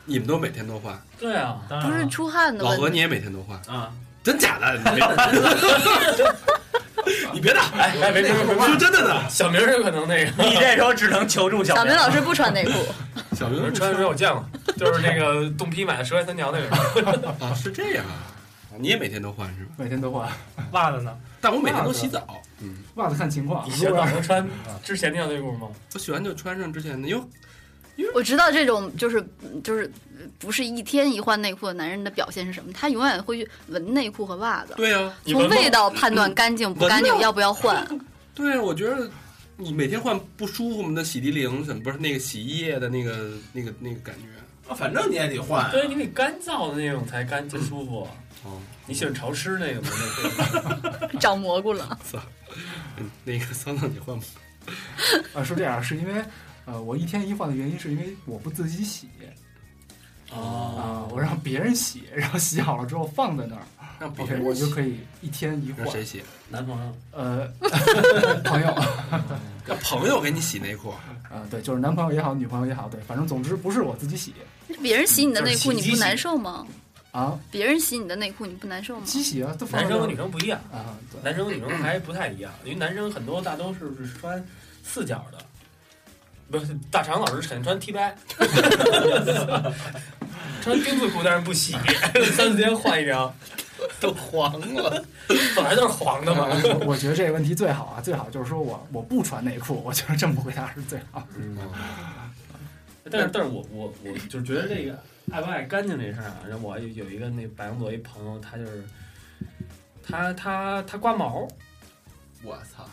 你们都每天都换，对啊，当不是然出汗的老何问你题。也每天都换，啊，真假的？你别你别打，哎哎，没事没事没说事，真的呢。小明儿有可能那个。你这时候只能求助小啊小明明老师不穿内裤，小明我穿的时候我见过，就是那个冻批买的十块三条那个。啊，是这样啊，你也每天都换是吧？每天都换，袜子呢？但我每天都洗澡，嗯，袜子看情况你。洗如果澡要能穿之前那条内裤吗？我喜欢就穿上之前的，因为我知道这种就是就是不是一天一换内裤的男人的表现是什么，他永远会去闻内裤和袜子，对啊呀，你从闻吗味道判断干净不闻干净到，要不要换。 [laughs] 对呀，我觉得。你每天换不舒服吗？那洗涤灵什么不是那个洗衣液的那个那个那个感觉？啊反正你也得换。对，你得干燥的那种才干才舒服。哦，你喜欢潮湿那个吗？那个长蘑菇了，嗯，那个桑桑你换吗？呃是这样，是因为呃我一天一换的原因是因为我不自己洗啊、哦，我让别人洗，然后洗好了之后放在那儿让哦别，OK，人我就可以一天一让换。谁洗？男朋友呃， [laughs] 朋友啊、让朋友给你洗内裤？啊呃对，就是男朋友也好，女朋友也好，对，反正总之不是我自己洗别人洗你的内裤就是你洗衣不机难受吗？啊，别人洗你的内裤你不难受吗？机洗啊，都放 [laughs] 男在生那和儿女生不一样，啊，对。男生和女生还不太一样，因为男生很多大都是是穿四角的，不是大长老师肯定穿 T 白，穿丁字裤但是不洗，三四天换一条，都 [laughs] 黄 [laughs] 了。本来都是黄的嘛。我我觉得这个问题最好啊，最好就是说我我不穿内裤，我觉得这么回答是最好。嗯但是，但是我我我就是觉得这个爱不爱干净这事儿啊，然后我有一个那白羊座一朋友，他就是他他他刮毛，我操，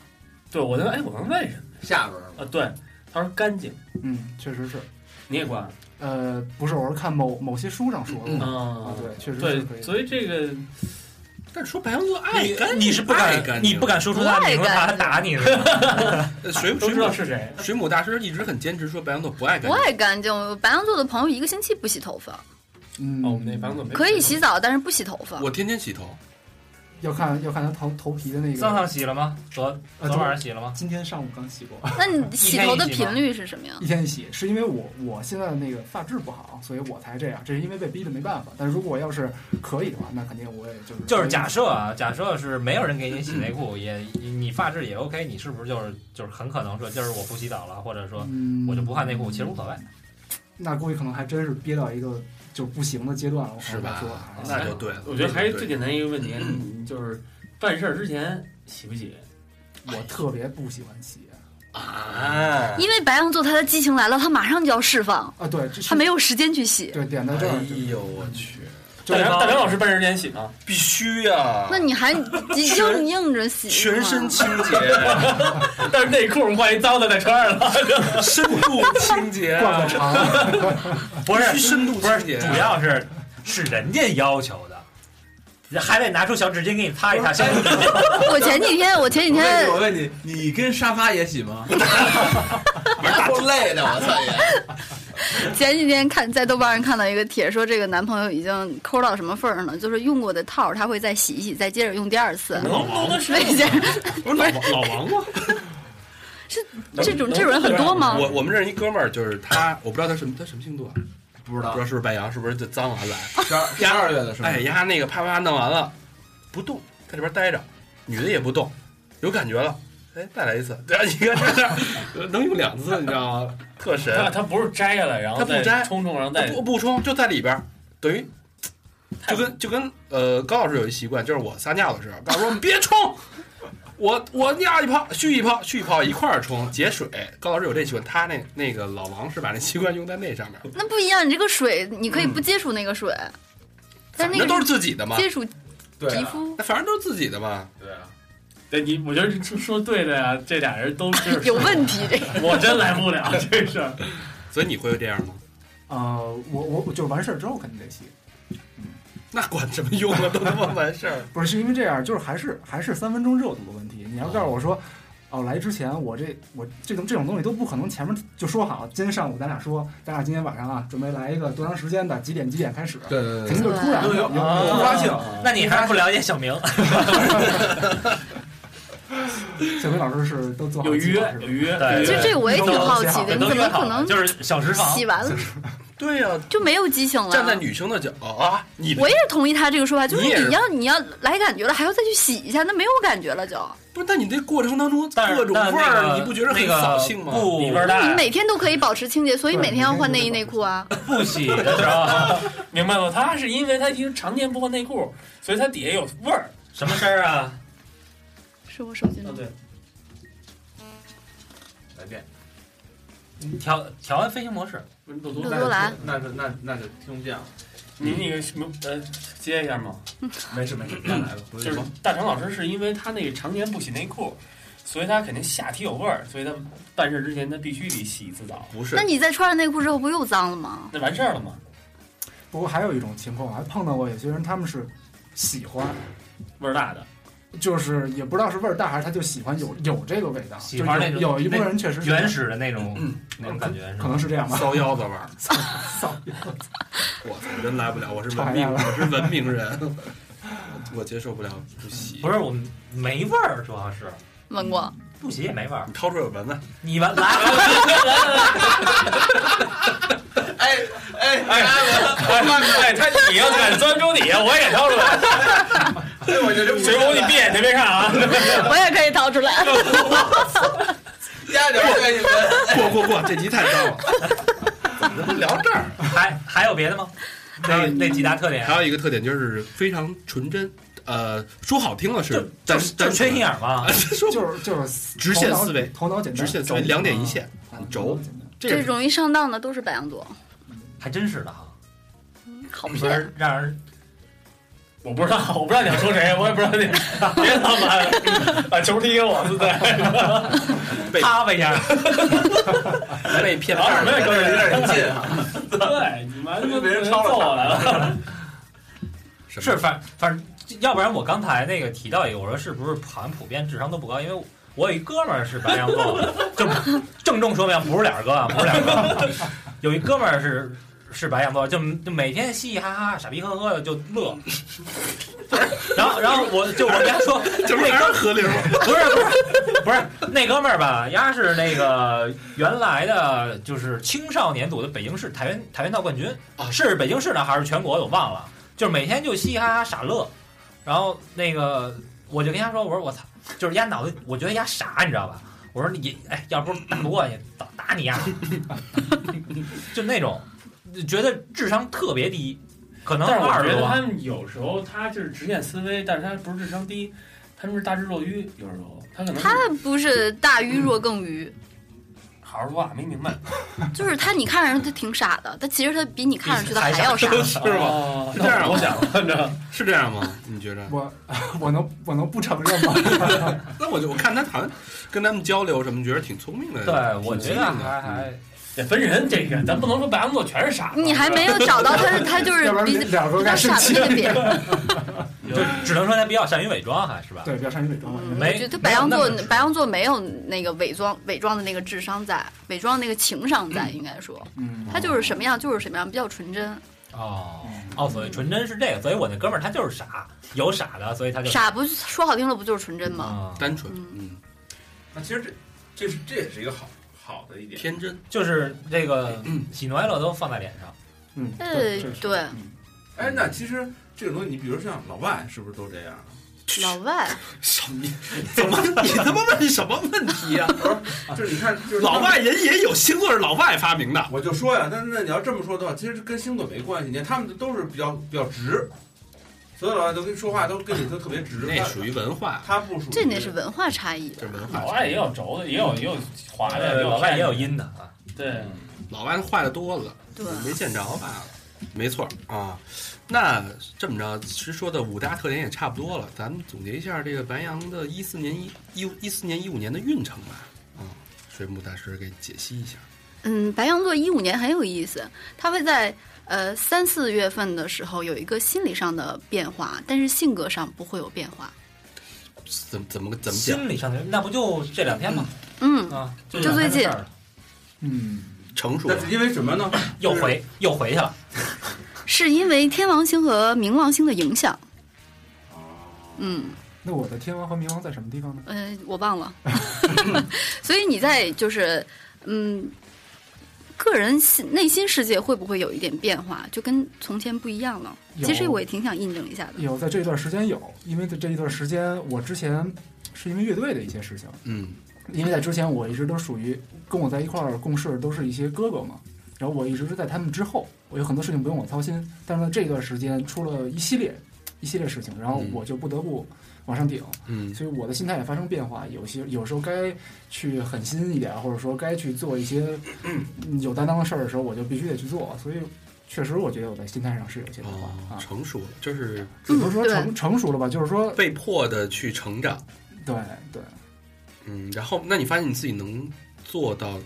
对我问哎，我问为什么下边儿啊？对，他说干净，嗯，确实是。你也刮呃，不是，我是看某某些书上说的、啊，啊对，确实是可对，以。所以这个但是说白羊座爱你干净，你是不爱敢干你净不敢说出不话，爱你说他干净打你是吧？呃水都水知道母是谁，水母大师一直很坚持说白羊座不爱干不净，爱干净，白羊座的朋友一个星期不洗头发，嗯，哦，我们那白羊座没可以洗澡，但是不洗头发。我天天洗头，要看要看他头头皮的那桑个。桑洗了吗？昨啊呃昨晚上洗了吗？今天上午刚洗过，那你洗头的一天一洗吗频率是什么呀？一天一洗，是因为我我现在的那个发质不好，所以我才这样。这是因为被逼的没办法。但如果要是可以的话，那肯定我也就是就是假设啊，假设是没有人给你洗内裤，也你发质也 OK，你是不是就是就是很可能说就是我不洗澡了，或者说嗯，我就不换内裤，其实无所谓。那估计可能还真是憋到一个就是不行的阶段了，我可是能再吧说。？啊哎那就对了。我觉得还是对最简单一个问题，你就是办事儿之前洗不洗？我特别不喜欢洗啊，因为白羊座他的激情来了，他马上就要释放，啊，对，这是他没有时间去洗。对点到这儿哎就呦我去，大对梁方大梁老师办事儿之前洗 [laughs] 吗？必须啊呀！那你还硬硬着洗是全吗身清洁， [laughs] 但是内裤换一脏的再穿上了，深度清洁啊，挂个长，不是必须深度不是清洁，，主要是是人家要求的，还得拿出小纸巾给你擦一擦。先我前几天，我前几我问天你，我问你，你跟沙发也洗 [laughs] 吗？够累的，我操也。前几天看在豆瓣上看到一个帖，说这个男朋友已经抠到什么份儿上了，就是用过的套儿他会再嗯洗一洗，再接着用第二次。能不能是所以就是不是老王老王吗？这种这种人很多吗？嗯我我们认识一哥们儿，就是他，我不知道他什么他什么星座啊，不不知道知道是不是白羊，是不是就脏了还来？十二十二月的是吗？哎，呀，那个啪啪弄完了，不动，在里边待着，女的也不动，有感觉了，哎，再来一次， [laughs] 对啊，你看这样能用两次，你知道吗？特神，他他不是摘下来，然后啊他不再摘冲冲，然后他再不不冲，就在里边儿，等于。就跟就跟呃，高老师有一习惯，就是我撒尿的时候，告诉我你别冲，我我尿一泡，续一泡，续一泡一块儿冲，节水。高老师有这习惯，他那那个老王是把那习惯用在那上面，那不一样，你这个水你可以不接触那个水，但反是那正都个是自己的嘛，接触对皮啊， [laughs] 肤那反正都是自己的嘛。对啊，对你，我觉得说说对的呀，这俩人都是有问题，这我真来不了嗯这事儿。所以你会这样吗？啊，我我我就完事儿之后肯定得洗，那管什么用啊，都他妈完事儿。不是是因为这样，就是还是还是三分钟热度的问题。你要告诉我说，哦，来之前我这我这种这种东西都不可能前面就说好，今天上午咱俩说，咱俩今天晚上啊，准备来一个多长时间的，几点几点开始，对对肯定对，就突然有有突发性。那你还是不了解小明，小辉老师是都做好有计约划是吧有约，对其实这我也挺好奇的，这你都怎约么好可了，能就是小时房洗完了对呀、就没有激情了？站在女生的角啊，你我也同意他这个说法，就是你也是你要你要来感觉了，还要再去洗一下，那没有感觉了就。不是？那你这过程当中但是各种味但儿，是那个你不觉得那很个扫兴吗？不里边大你呀，每天都可以保持清洁，所以对每天要每天换都内衣得内裤啊。不洗的时候， [laughs] 明白吗？他是因为他经常年不换内裤，所以他底下有味儿。什么事儿啊？是我手机呢？对，来电，调调完飞行模式，露露多多兰，那就那那就听不见了，你那个什么呃，接一 [laughs] 下吗？没事没事，再来吧，回就是大成老师是因为他那个常年不洗内裤，所以他肯定下体有味儿，所以他办事之前他必须得洗一次澡，不是那，你在穿上内裤之后不又脏了吗？ [laughs] 那完事儿了嘛？不过还有一种情况，我还碰到过有些人，他们是喜欢，味儿大的，就是也不知道是味儿大还是他就喜欢有有这个味道，喜欢就那有种有一部分人确实是原，始的那种嗯那种感觉是可吧？能是这 [laughs] 样吧。骚腰子味儿。操，我操，真来不了，我是文明，我是文明人，我我接受不了不嗯洗。不是我们没味儿，主要是闻过，不洗也没味儿。你掏出来闻闻，你们来， [laughs] 哎哎哎，哎，他你要敢钻桌底下，我也掏出来。哎我就这水母，你闭眼睛别看啊！我也可以掏出来。压着我给你们，过过过，这集太脏了。 [laughs] 怎么能聊这儿？还还有别的吗？那那几大特啊点，还有一个特点就是非常纯真，呃，说好听了就是咱就咱是缺心眼儿嘛。说就是就是直线思维头脑头脑简单，直线思维，两点一线，嗯啊，轴头脑简单 [laughs] 这这个容易上当的都是白羊座，还真是的哈，好不骗。是让人我不知道，我不知道你要说谁，我也不知道你，别他妈把球踢给我，对不对？被啪吧一下， [laughs] 被骗老什么呀，了。哥们有儿？点近啊，对，你妈就 [laughs] 被人抄了揍我来了。什么是反反正，要不然我刚才那个提到一个，我说是不是好像普遍智商都不高？因为我有一哥们儿是白羊座， [laughs] 就郑重说明不是俩哥啊，不是俩哥， [laughs] 有一哥们儿是。是白羊座，就就每天嘻嘻哈哈、傻逼呵呵的就乐， [laughs] 然后然后我就我跟他说， [laughs] 这不是还是河流 [laughs] 吗？不是不是不是那哥们儿吧？丫是那个原来的，就是青少年组的北京市跆拳跆拳道冠军啊是北京市的还是全国的我忘了。就是每天就嘻嘻哈哈傻乐，然后那个我就跟他说，我说我操，就是丫脑子，我觉得丫傻，你知道吧？我说你哎，要不是打不过你，早打你丫， [laughs] 就那种觉得智商特别低，可能但是我二啊觉十得多他。们有时候他就是直线思维，但是他不是智商低，他们是大智若愚，有时候他可能是他不是大鱼若更鱼，好好说话没明白，就是他，你看上去他挺傻的，但其实他比你看上去的还要傻。是是吗？吗？是那这样吗我 [laughs] 想了，这是这样吗？你觉着？我我能我能不承 [laughs] 认吗？那我就我看他好像跟咱们交流什么，觉得挺聪明的。对，呃我挺觉得机灵嗯还的还得分人，这个咱不能说白羊座全是傻子。你还没有找到他，他就是要不然比两个比较该生傻气的那个点。嗯就只能说他比较善于伪装，还是吧？ [laughs] 对，不要善于伪装嘛。因为没嗯我觉得白羊没座有那么，白羊座没有那个伪装伪装的那个智商在，伪装那个情商在，应该说嗯，他就是什么样就是什么样，比较纯真。哦嗯哦，所以纯真是这个，所以我那哥们儿他就是傻，有傻的，所以他就嗯傻不说好听了不就是纯真吗？啊，单纯，嗯嗯，那其实这这是这也是一个好好的一点。天真，就是这个嗯喜怒哀乐都放在脸上。嗯，呃这，是对，哎，那其实这种东西，你比如像老外是不是都这样？老外，什么？怎么？你他妈问什么问题呀、就是你看，就是老外人也有星座是老外发明的，我就说呀，那那你要这么说的话，其实跟星座没关系，你看他们都是比较比较直，所有老外都跟说话都跟你都特别直，那他属于文化，他不属于这那是文化差异这吧是文化老。外也有轴的，也有也有滑的，哎老呃外也有有阴的啊。对，老外坏的多了，对没见着罢了。没错啊，那这么着，其实说的五大特点也差不多了，咱们总结一下这个白羊的一四年一一一四年一五年的运程吧。啊，水母大师给解析一下。嗯，白羊座一五年很有意思，它会在呃三四月份的时候有一个心理上的变化，但是性格上不会有变化。怎么怎么怎么讲？心理上的那不就这两天吗？嗯，啊，就这两天最近的事儿了嗯，成熟但是因为什么呢？又回又回去了。是因为天王星和冥王星的影响。嗯，那我的天王和冥王在什么地方呢？呃，我忘 [laughs] 了。 [laughs] 所以你在就是嗯，个人心内心世界会不会有一点变化，就跟从前不一样了？有其实我也挺想印证一下的。有，在这一段时间有，因为在这一段时间，我之前是因为乐队的一些事情，嗯，因为在之前我一直都属于跟我在一块儿共事都是一些哥哥嘛，然后我一直是在他们之后，我有很多事情不用我操心，但是呢这段时间出了一系列一系列事情，然后嗯我就不得不往上顶，嗯所以我的心态也发生变化，有些有时候该去狠心一点，或者说该去做一些嗯有担当的事儿的时候，我就必须得去做，所以。确实，我觉得我在心态上是有些变化哦，啊，成熟了，这是也不是说嗯对成成熟了吧，就是说，被迫的去成长。对对，嗯，然后那你发现你自己能做到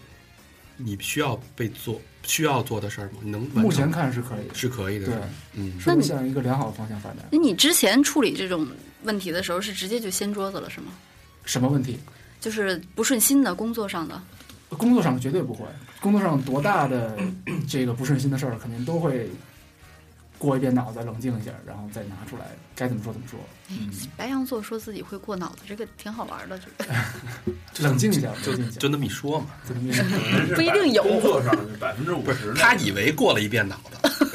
你需要被做需要做的事儿吗？你能完成目前看是可以，是可以的，对，嗯，是那会你向一个良好的方向发展。那你之前处理这种问题的时候，是直接就掀桌子了是吗？什么问题？就是不顺心的工作上的。工作上绝对不会，工作上多大的这个不顺心的事儿，肯定都会过一遍脑子，冷静一下，然后再拿出来，该怎么说怎么说，嗯白羊座说自己会过脑子，这个挺好玩的，这个冷静一下，就冷静一下，就那么一说嘛。怎么样？不一定有工作上是百分之五不十是，呢，他以为过了一遍脑子，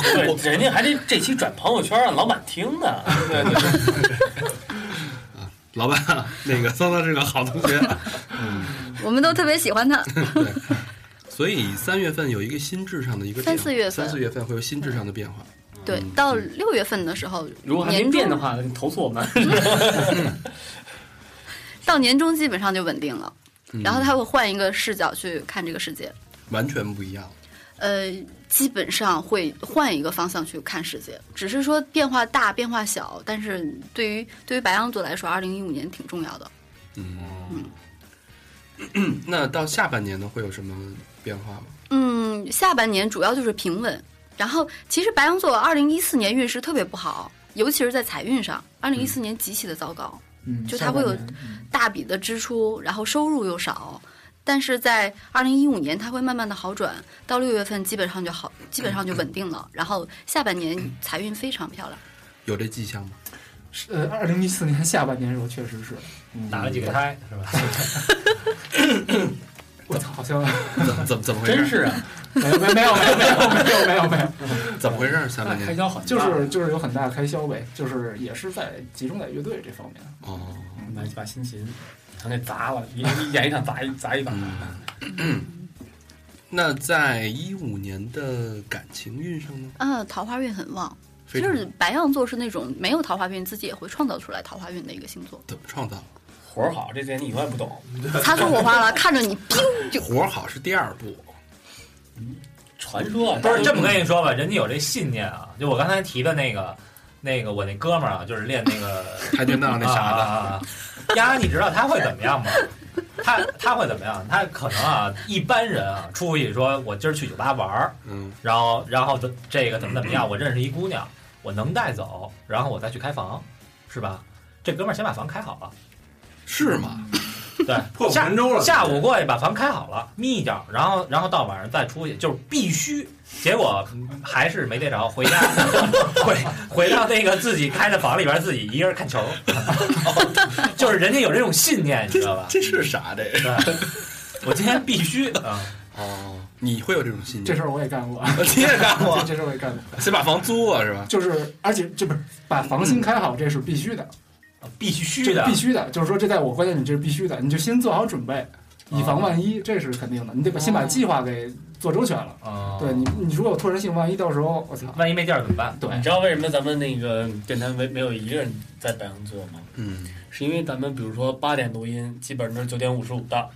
对，人家还得这期转朋友圈啊让老板听呢。对对对，老板啊，那个桑桑是个好同学，我们都特别喜欢 [laughs] 他。所以三月份有一个心智上的一个三变化四月份三四月份会有心智上的变化。对，到六月份的时候，嗯如果还没年变的终话，投诉我们。到年终基本上就稳定了，嗯然后他会换一个视角去看这个世界，完全不一样，呃，基本上会换一个方向去看世界，只是说变化大变化小，但是对于对于白羊座来说，二零一五年挺重要的。嗯。 [coughs] 那到下半年呢，会有什么变化吗？嗯，下半年主要就是平稳。然后，其实白羊座二零一四年运势特别不好，尤其是在财运上，二零一四年极其的糟糕，嗯，就它会有下半年大笔的支出，然后收入又少。但是在二零一五年，它会慢慢的好转，到六月份基本上就好，基本上就稳定了。然后下半年财运非常漂亮。有这迹象吗？是呃，二零一四年下半年的时候确实是，嗯打了几个胎是吧？我操，好像 [laughs] 怎么怎么怎么回事？真是啊，没有没有没有没有没有没有没有，怎么回事？下半开年销很啊大就是就是有很大的开销呗，就是也是在集中在乐队这方面。哦，买一把新琴，然后给砸了，一一演一场砸一砸一把。嗯 [coughs] 那在一五年的感情运上呢？啊，桃花运很旺，非就常是白羊座是那种没有桃花运，自己也会创造出来桃花运的一个星 [laughs] 座。怎么创造？活儿好，这点你永远不懂。擦出火花了，看着你，砰就活儿好是第二步，传说啊不是这么跟你说吧，人家有这信念啊。就我刚才提的那个，那个我那哥们儿啊，就是练那个跆拳 [laughs] 道那啊啥啊啊啊丫，你知道他会怎么样吗？他他会怎么样？他可能啊，一般人啊，出去说我今儿去酒吧玩儿的，，嗯，然后然后怎这个怎么怎么样，我认识一姑娘，我能带走，然后我再去开房，是吧？这哥们儿先把房开好了，是吗？破对，釜下沉舟了下午过去把房开好了，眯一觉，然后然后到晚上再出去，就是必须。结果还是没逮着，回家回回到那个自己开的房里边，自己一个人看球，就是人家有这种信念，你知道吧？这是啥这？对，我今天必须啊，哦，你会有这种嗯信这念？事儿我也干过， [laughs] 你也干过这？ [laughs] 这事儿我也干过，先把房租啊了是吧？就是而且这不是把房新开好，这是必须的，嗯必须这的必，须的，就是说这在我观念里这是必须的，你就先做好准备，以哦防万一，这是肯定的，你得把先把计划给做周全了。啊，对你，你如果有突然性，万一到时候我操，万一没地儿怎么办？对你知道为什么咱们那个电台没没有一个人在白羊座吗？嗯，是因为咱们比如说八点录音，基本上都是九点五十五 [laughs] 到，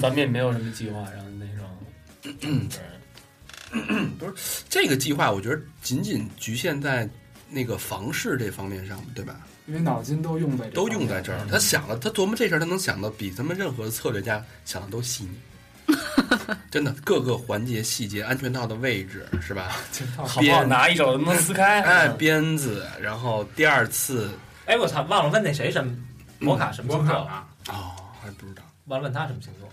咱们也没有什么计划，然后那种，嗯这个计划我觉得仅仅局限在那个房市这方面上，对吧？因为脑筋都用在都用在这这嗯儿。[laughs] 他想了，他琢磨这事儿，他能想到比他们任何策略家想的都细 [laughs] 腻。真的，各个环节、细节、安全套的位置是 [laughs] 吧？儿。好不好拿一手能撕 [laughs] 开？哎，鞭子，然后第二次哎，我操，忘了问那谁什么摩卡什么星座了，哦，还不知道。忘了问他什么星座。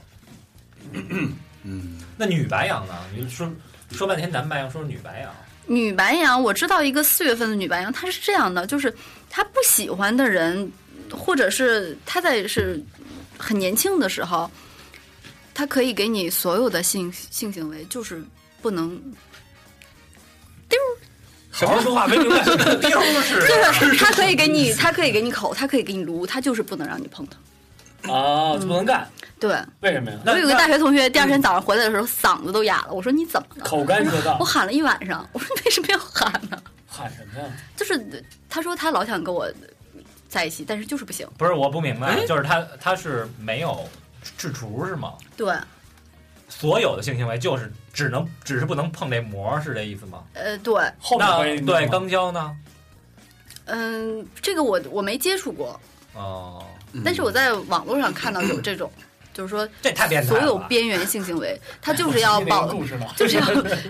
嗯，那女白羊呢？你说说半天男白羊，说女白羊，女白羊，我知道一个四月份的女白羊，她是这样的，就是她不喜欢的人，或者是她在是很年轻的时候，她可以给你所有的性 [laughs] 性行为，就是不能好好说话没明白什么标 [laughs] 是就是他可以给你，他可以给你口，他可以给你撸，他就是不能让你碰它。 [laughs] 哦啊，就不能干，对，为什么呀？嗯我那有个那嗯大学同学，第二天早上回来的时候嗓子都哑了。我说你怎么了？口干舌我燥，喊了一晚上，我说你为什么要喊呢？ [laughs] 喊什么呀？就是他说他老想跟我在一起，但是就是不行。不是我不明嗯白，就是他他是没有制除是吗？对，所有的性行为就是只能只是不能碰这膜是这意思吗？呃，对，后面那会对肛交呢？嗯、这个我我没接触过，哦，嗯但是我在网络上看到有这种，就是说这太变态所有了。边缘性行 [laughs] 为，他就是要保，故事了，就是要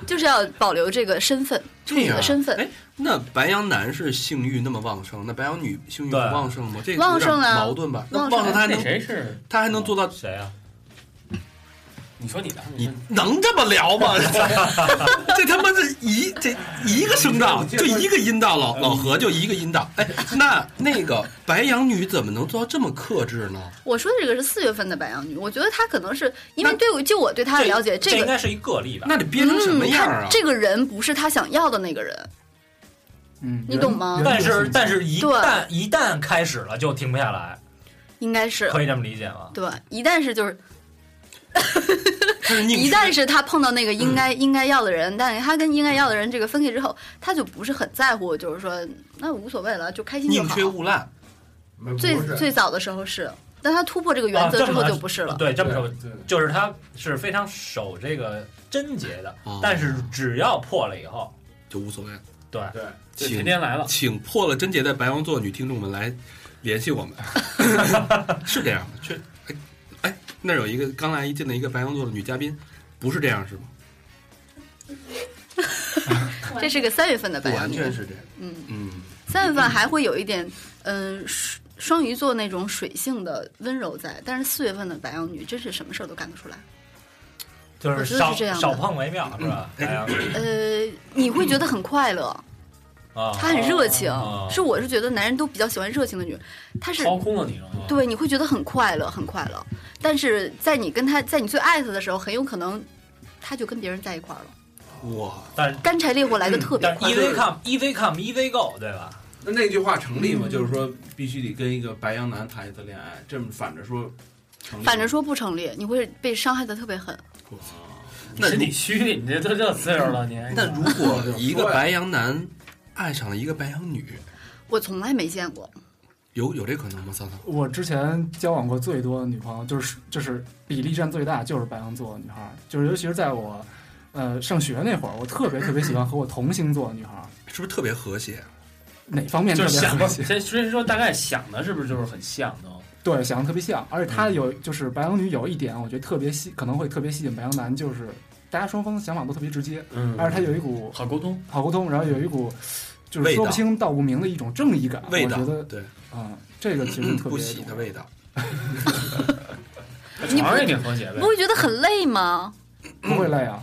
就是要保留这个身份，处女这样的身份。哎，那白羊男是性欲那么旺盛，那白羊女性欲不对旺盛吗？这个旺有点盛啊矛盾吧？那旺盛旺盛他还那能谁是？他还能做到？谁啊？你说你的，你能这么聊吗？这他妈这一这一个声道，就一个阴道，老老何就一个阴道。哎，那那个白羊女怎么能做到这么克制呢？我说的这个是四月份的白羊女，我觉得她可能是因为那对我就我对她的了解，这应呃个该是一个例吧？那得憋成什么嗯样啊她？这个人不是她想要的那个人，嗯，你懂吗人但人是性但是，一对旦一旦开始了就停不下来，应该是可以这么理解吗？对。一旦是就是他是嗯宁一缺旦是她碰到那个应该、应该要的人，但她跟应该要的人这个分开之后，她就不是很在乎，就是说那无所谓了，就开心就宁好缺。毋滥，没最不是最早的时候是，但她突破这个啊原则这之么后就不是了。对，这么说对对就是他是非常守这个贞洁的哦，但是只要破了以后，就无所谓。对，这请天天来了，请破了贞洁的白羊座女听众们来联系 [laughs] 我们，是这样吗？确，哎，哎，那儿有一个刚来一进来一个白羊座的女嘉宾，不是这样是吗？这是个三月份的不白羊完女，全是这样。嗯。嗯，三月份还会有一点，嗯、双双鱼座那种水性的温柔在，但是四月份的白羊女真是什么事儿都干得出来。就我觉是得少是这样的嗯少碰为妙，是吧？哎呀，呃，你会觉得很快乐，哦啊，她很热情哦，是我是觉得男人都比较喜欢热情的女人，她啊是掏空了你了吗？对你会觉得很快乐，很快乐。但是在你跟她在你最爱她的时候，很有可能她就跟别人在一块儿了，哇，但干柴烈火来的特别但 E 快。 easy come easy come easy，E go，对吧？那那句话成立吗？嗯就是说必须得跟一个白羊男谈一次恋爱，这么反着说成立吗，反正说不成立，你会被伤害的特别狠。 [laughs] 那是如你虚，你这都这岁数了，你还那如果一 [laughs] 个白羊男爱上了一个白羊女，我从来没见过，有有这可能吗？桑桑，我之前交往过最多的女朋友，就是就是比例占最大，就是白羊座的女孩儿，就是尤其是在我，呃，上学那会儿，我特别特别喜欢和我同星座的女孩儿，是不是特别和谐？哪方面特就是别想和谐，这所以说大概想的是不是就是很像都？对，想的特别像，而且她有就是白羊女有一点，我觉得特别吸，可能会特别吸引白羊男，就是大家双方想法都特别直接，嗯而且她有一股好沟通，好沟通，然后有一股就是味说道不清道不明的一种正义感，味我道觉得，对，嗯，这个其实嗯特别不喜重的要味道。你床上也挺和谐呗不。会觉得很累吗？不会累啊，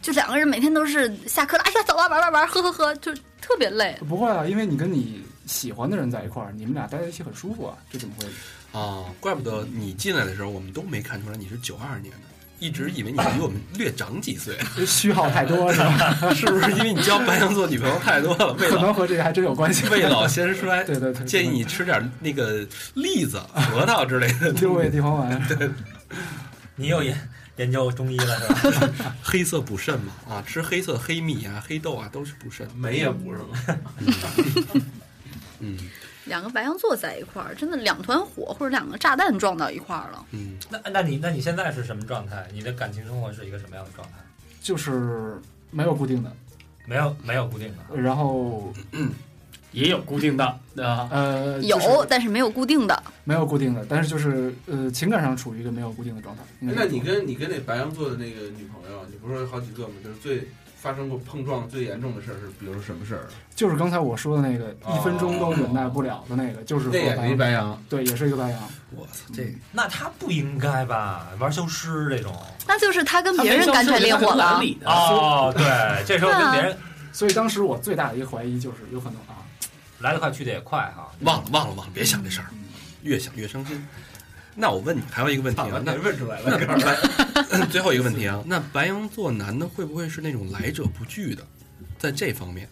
就两个人每天都是下课了，哎呀，走啊，玩玩玩，喝喝喝，就特别累。不会啊，因为你跟你喜欢的人在一块儿，你们俩待在一起很舒服啊，这怎么会？啊，怪不得你进来的时候我们都没看出来你是九二年 [laughs] 的，一直以为你比我们略长几岁，虚耗太多是吧？是不是因为你交白羊座女朋友太 [laughs] 多了，未可老能和这个还真有关系。未 [laughs] 老先衰？对对对，建议你吃点那个栗 [laughs] 子、核桃之类的六味地黄丸，你又研 [laughs] 研究中医了是吧？黑色补肾嘛，啊，吃黑色黑米啊、黑豆啊都是补肾。没也不是嘛，嗯两个白羊座在一块儿，真的两团火或者两个炸弹撞到一块儿了，嗯，那那你那你现在是什么状态？你的感情生活是一个什么样的状态？就是没有固定的，没有没有固定的，啊然后也有固定的啊，呃有、就是但是没有固定的。没有固定的，但是就是呃情感上处于一个没有固定的状态。应该哎那是这你么跟你跟那白羊座的那个女朋友，你不是说有好几个吗？就是最发生过碰撞最严重的事儿是，比如什么事儿？就是刚才我说的那个哦一分钟都忍耐不了的那个，就是那也和是一白羊，对，也是一个白羊。我操，这那他不应该吧？玩消失这种那就是他跟别人干柴烈火了， [laughs] 啊哦，对，这时候跟别人所以当时我最大的一个怀疑就是，有可能啊，来得快去得也快哈。忘了忘了忘了，别想这事儿，越想越伤心。那我问你，还有一个问题啊，那问出来那 [laughs] 白最后一个问题啊，那白羊座男的会不会是那种来者不拒的？在这方面，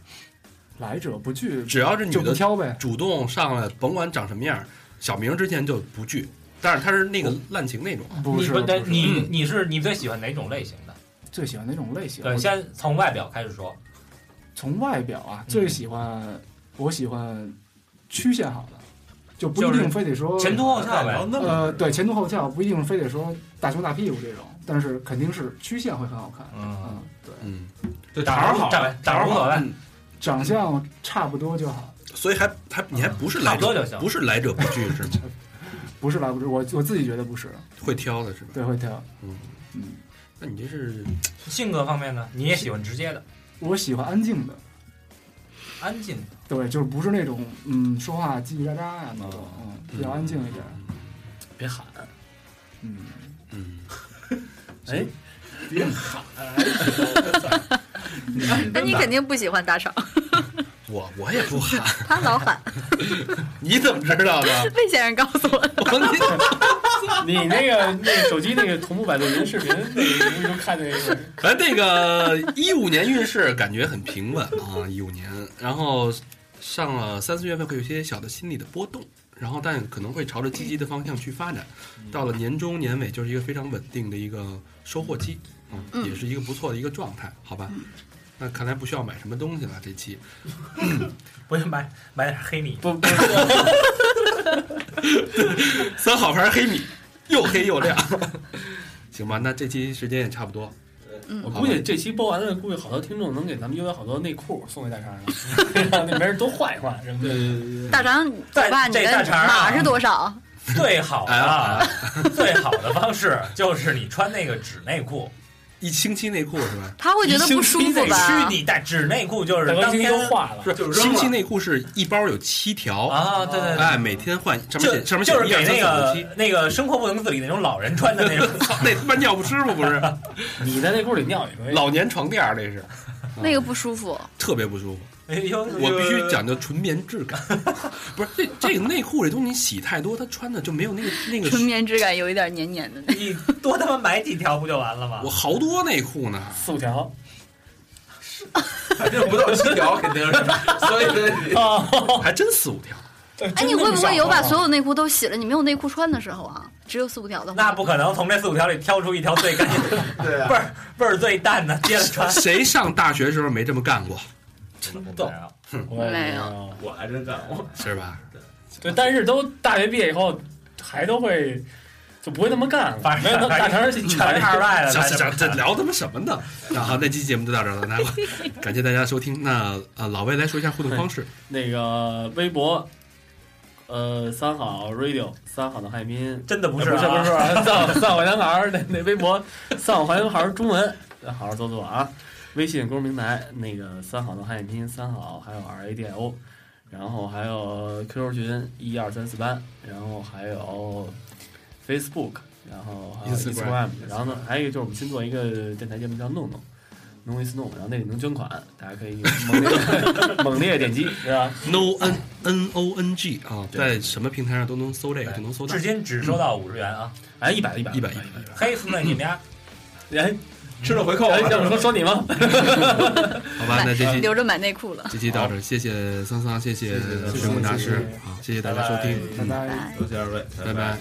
来者不拒，只要是女就不的挑呗。主动上来，甭管长什么样儿，小明之前就不拒，但是他是那个滥情那种啊，不你是，不但不是你嗯你是你最喜欢哪种类型的？最喜欢哪种类型？对，我先从外表开始说。从外表啊，嗯最喜欢我喜欢曲线好的，就不一就是定非得说前凸后翘呗，那呃，对，前凸后翘不一定非得说大胸大屁股这种，但是肯定是曲线会很好看。嗯，嗯，对，嗯，对长儿好，长长无所谓，长相差不多就好，所以还还你还不是差来不多者就行。不是来者不拒是吗？不是来不是我我自己觉得不是，会挑的是吧？对，会挑。嗯嗯，那你这是性格方面呢，你也喜欢直接的、我喜欢安静的，安静的。对，就是不是那种嗯说话叽叽喳喳呀那种，嗯，比较安静一点，别喊，嗯，嗯，哎，那你肯定不喜欢大 [laughs] 厂，我我也不喊，他老 [laughs] 喊。你怎么知道的？ [laughs] 魏先生告诉我的，我那你那个那个手机那个同步百度云视频，那个你就看 [laughs] 那个哎，那个一五年运势感觉很平稳啊，一五年，然后上了三四月份会有一些小的心理的波动，然后但可能会朝着积极的方向去发展。到了年中年尾，就是一个非常稳定的一个收获期，嗯，嗯也是一个不错的一个状态，好吧？那看来不需要买什么东西了，这期不是买买点黑米，不不三好牌黑米，又黑又亮， [laughs] 行吧？那这期时间也差不多，我估计这期播完了，估计好多听众能给咱们邮点好多内裤送给大肠上，让那没人都换一换什么的。大肠，走吧，你这的大肠啊码是多少？最好哎的 [laughs] 最好的方式就是你穿那个纸内裤。一星期内裤是吧？他会觉得不舒服吧？去你大纸内裤就是大哥当今天天都化了，不，就是是扔星了期内裤是一包有七条啊，对对对。哎，每天换上面就写上面写就是一二给三四那五个 [laughs] 七，那个生活不能自理那种老人穿的那 [laughs] 种，操那他妈尿不湿吗？不是， [laughs] 你在内裤里尿一回，老年床垫儿那是那个不舒服，特别不舒服。哎呦，我必须讲究纯棉质 [laughs] 感，不是这这个内裤这东西你洗太多，它穿的就没有那个那个嗯纯。棉质感有一点黏黏的。你多他妈买几条不就完了吗我？好多内裤 [laughs] 呢，四五条反正不到七条肯定是，所以呢啊！还真四五条。哎，你会不会有把所有内裤都洗了？你没有内裤穿的时候啊，只有四五条的话，那不可能，从这四五条里挑出一条最干净、 [laughs] 你对味啊，儿味儿最淡的，接着 [laughs] 穿。谁上大学时候没这么干过，真逗我也没有。我还真干过，是 [laughs] 吧？对，但是都大学毕业以后，还都会就不会那么干了。反没正有大肠全是二外的，想咱想想这聊他妈什么呢？那好，那期节目就到这 [laughs] 儿了，那好感谢大家收听。那呃，老魏来说一下互动方式，那个微博，呃，三好 radio，三好的海 [laughs] 滨真的不不是不是不啊是， [laughs] 丧丧好男孩儿那那微博丧好男孩儿中文，好好做做啊。微信公众平台那个三好的汉语拼音三好，还有 R A D I O，然后还有 QQ 群一二三四班，然后还有 Facebook，然后还有 Instagram，然后呢，还有一个就是我们新做一个电台节目叫弄弄。弄一 snow，然后那里能捐款，大家可以猛烈猛烈点击，是吧？ No N N O N G 啊，对在什么平台上都能搜这个，对就能搜到至。今只收到五十元啊！哎，一百一百一百一一百嘿，那你们家哎，吃了回扣啊哎，要我说说你吗？好吧，那这期留着买内裤了。这期到这儿，谢谢桑桑，谢谢谢谢水木大谢谢师啊，谢谢大家收听，拜嗯拜。多谢二位，拜拜。